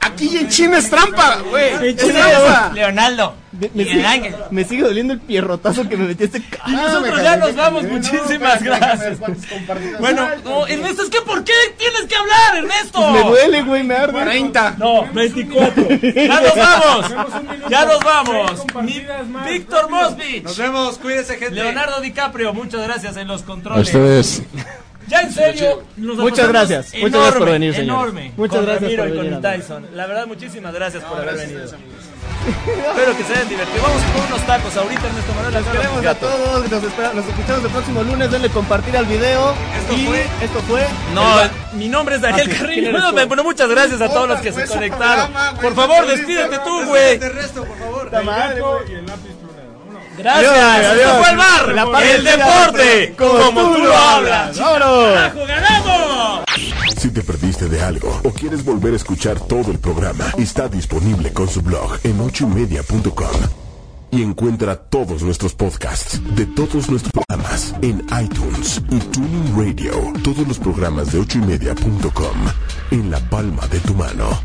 Aquí en China es trampa, güey.
En
Es
China,
trampa.
Leonardo.
Me, me
Miguel
sigue,
Ángel. Ah,
me sigue doliendo el pierrotazo que me metió este
Y
cabrón.
nosotros
me
ya
acabé,
nos vamos.
me acabé.
Muchísimas
No, espérate,
gracias.
déjame ver cuántas compartidas.
Bueno,
Ay,
no, Ernesto, es que ¿por qué tienes que hablar, Ernesto?
Me duele, güey, me arde.
30.
No, 24.
Ya nos vamos. Ya nos vamos.
compartidas más,
Víctor Mosby.
Nos vemos, cuídense, gente.
Leonardo DiCaprio, muchas gracias en los
A
controles.
ustedes.
Ya en serio, nos la
Muchas
pasamos
gracias. Muchas gracias por venir, señores.
Enorme.
Muchas
con
gracias
Ramiro
por
y con
venir,
el Tyson. La verdad, muchísimas gracias por haber venido. Espero que se hayan divertido. Vamos por unos tacos ahorita, Ernesto Manuel.
Los queremos a todos. Nos, espera- nos escuchamos el próximo lunes. Denle compartir al video.
Esto
y
fue-
esto fue.
No, mi nombre es
Ah,
Daniel Carrillo. Bueno, bueno, muchas gracias a todos los que se
Pues,
conectaron.
programa, güey.
Por favor,
Pues,
despídete tú, güey.
Despídete el resto, por favor.
La madre, güey.
y el lápiz Pruneda. Vámonos.
Gracias.
Adiós,
Esto
adiós.
fue el bar,
La parte
el
de la-
deporte, como, tú lo hablas.
¡Vámonos!
¡Carajo, ganamos!
Si te perdiste de algo o quieres volver a escuchar todo el programa, está disponible con su blog en ochoymedia.com. Y encuentra todos nuestros podcasts de todos nuestros programas en iTunes y Tuning Radio. Todos los programas de ochoymedia.com en la palma de tu mano.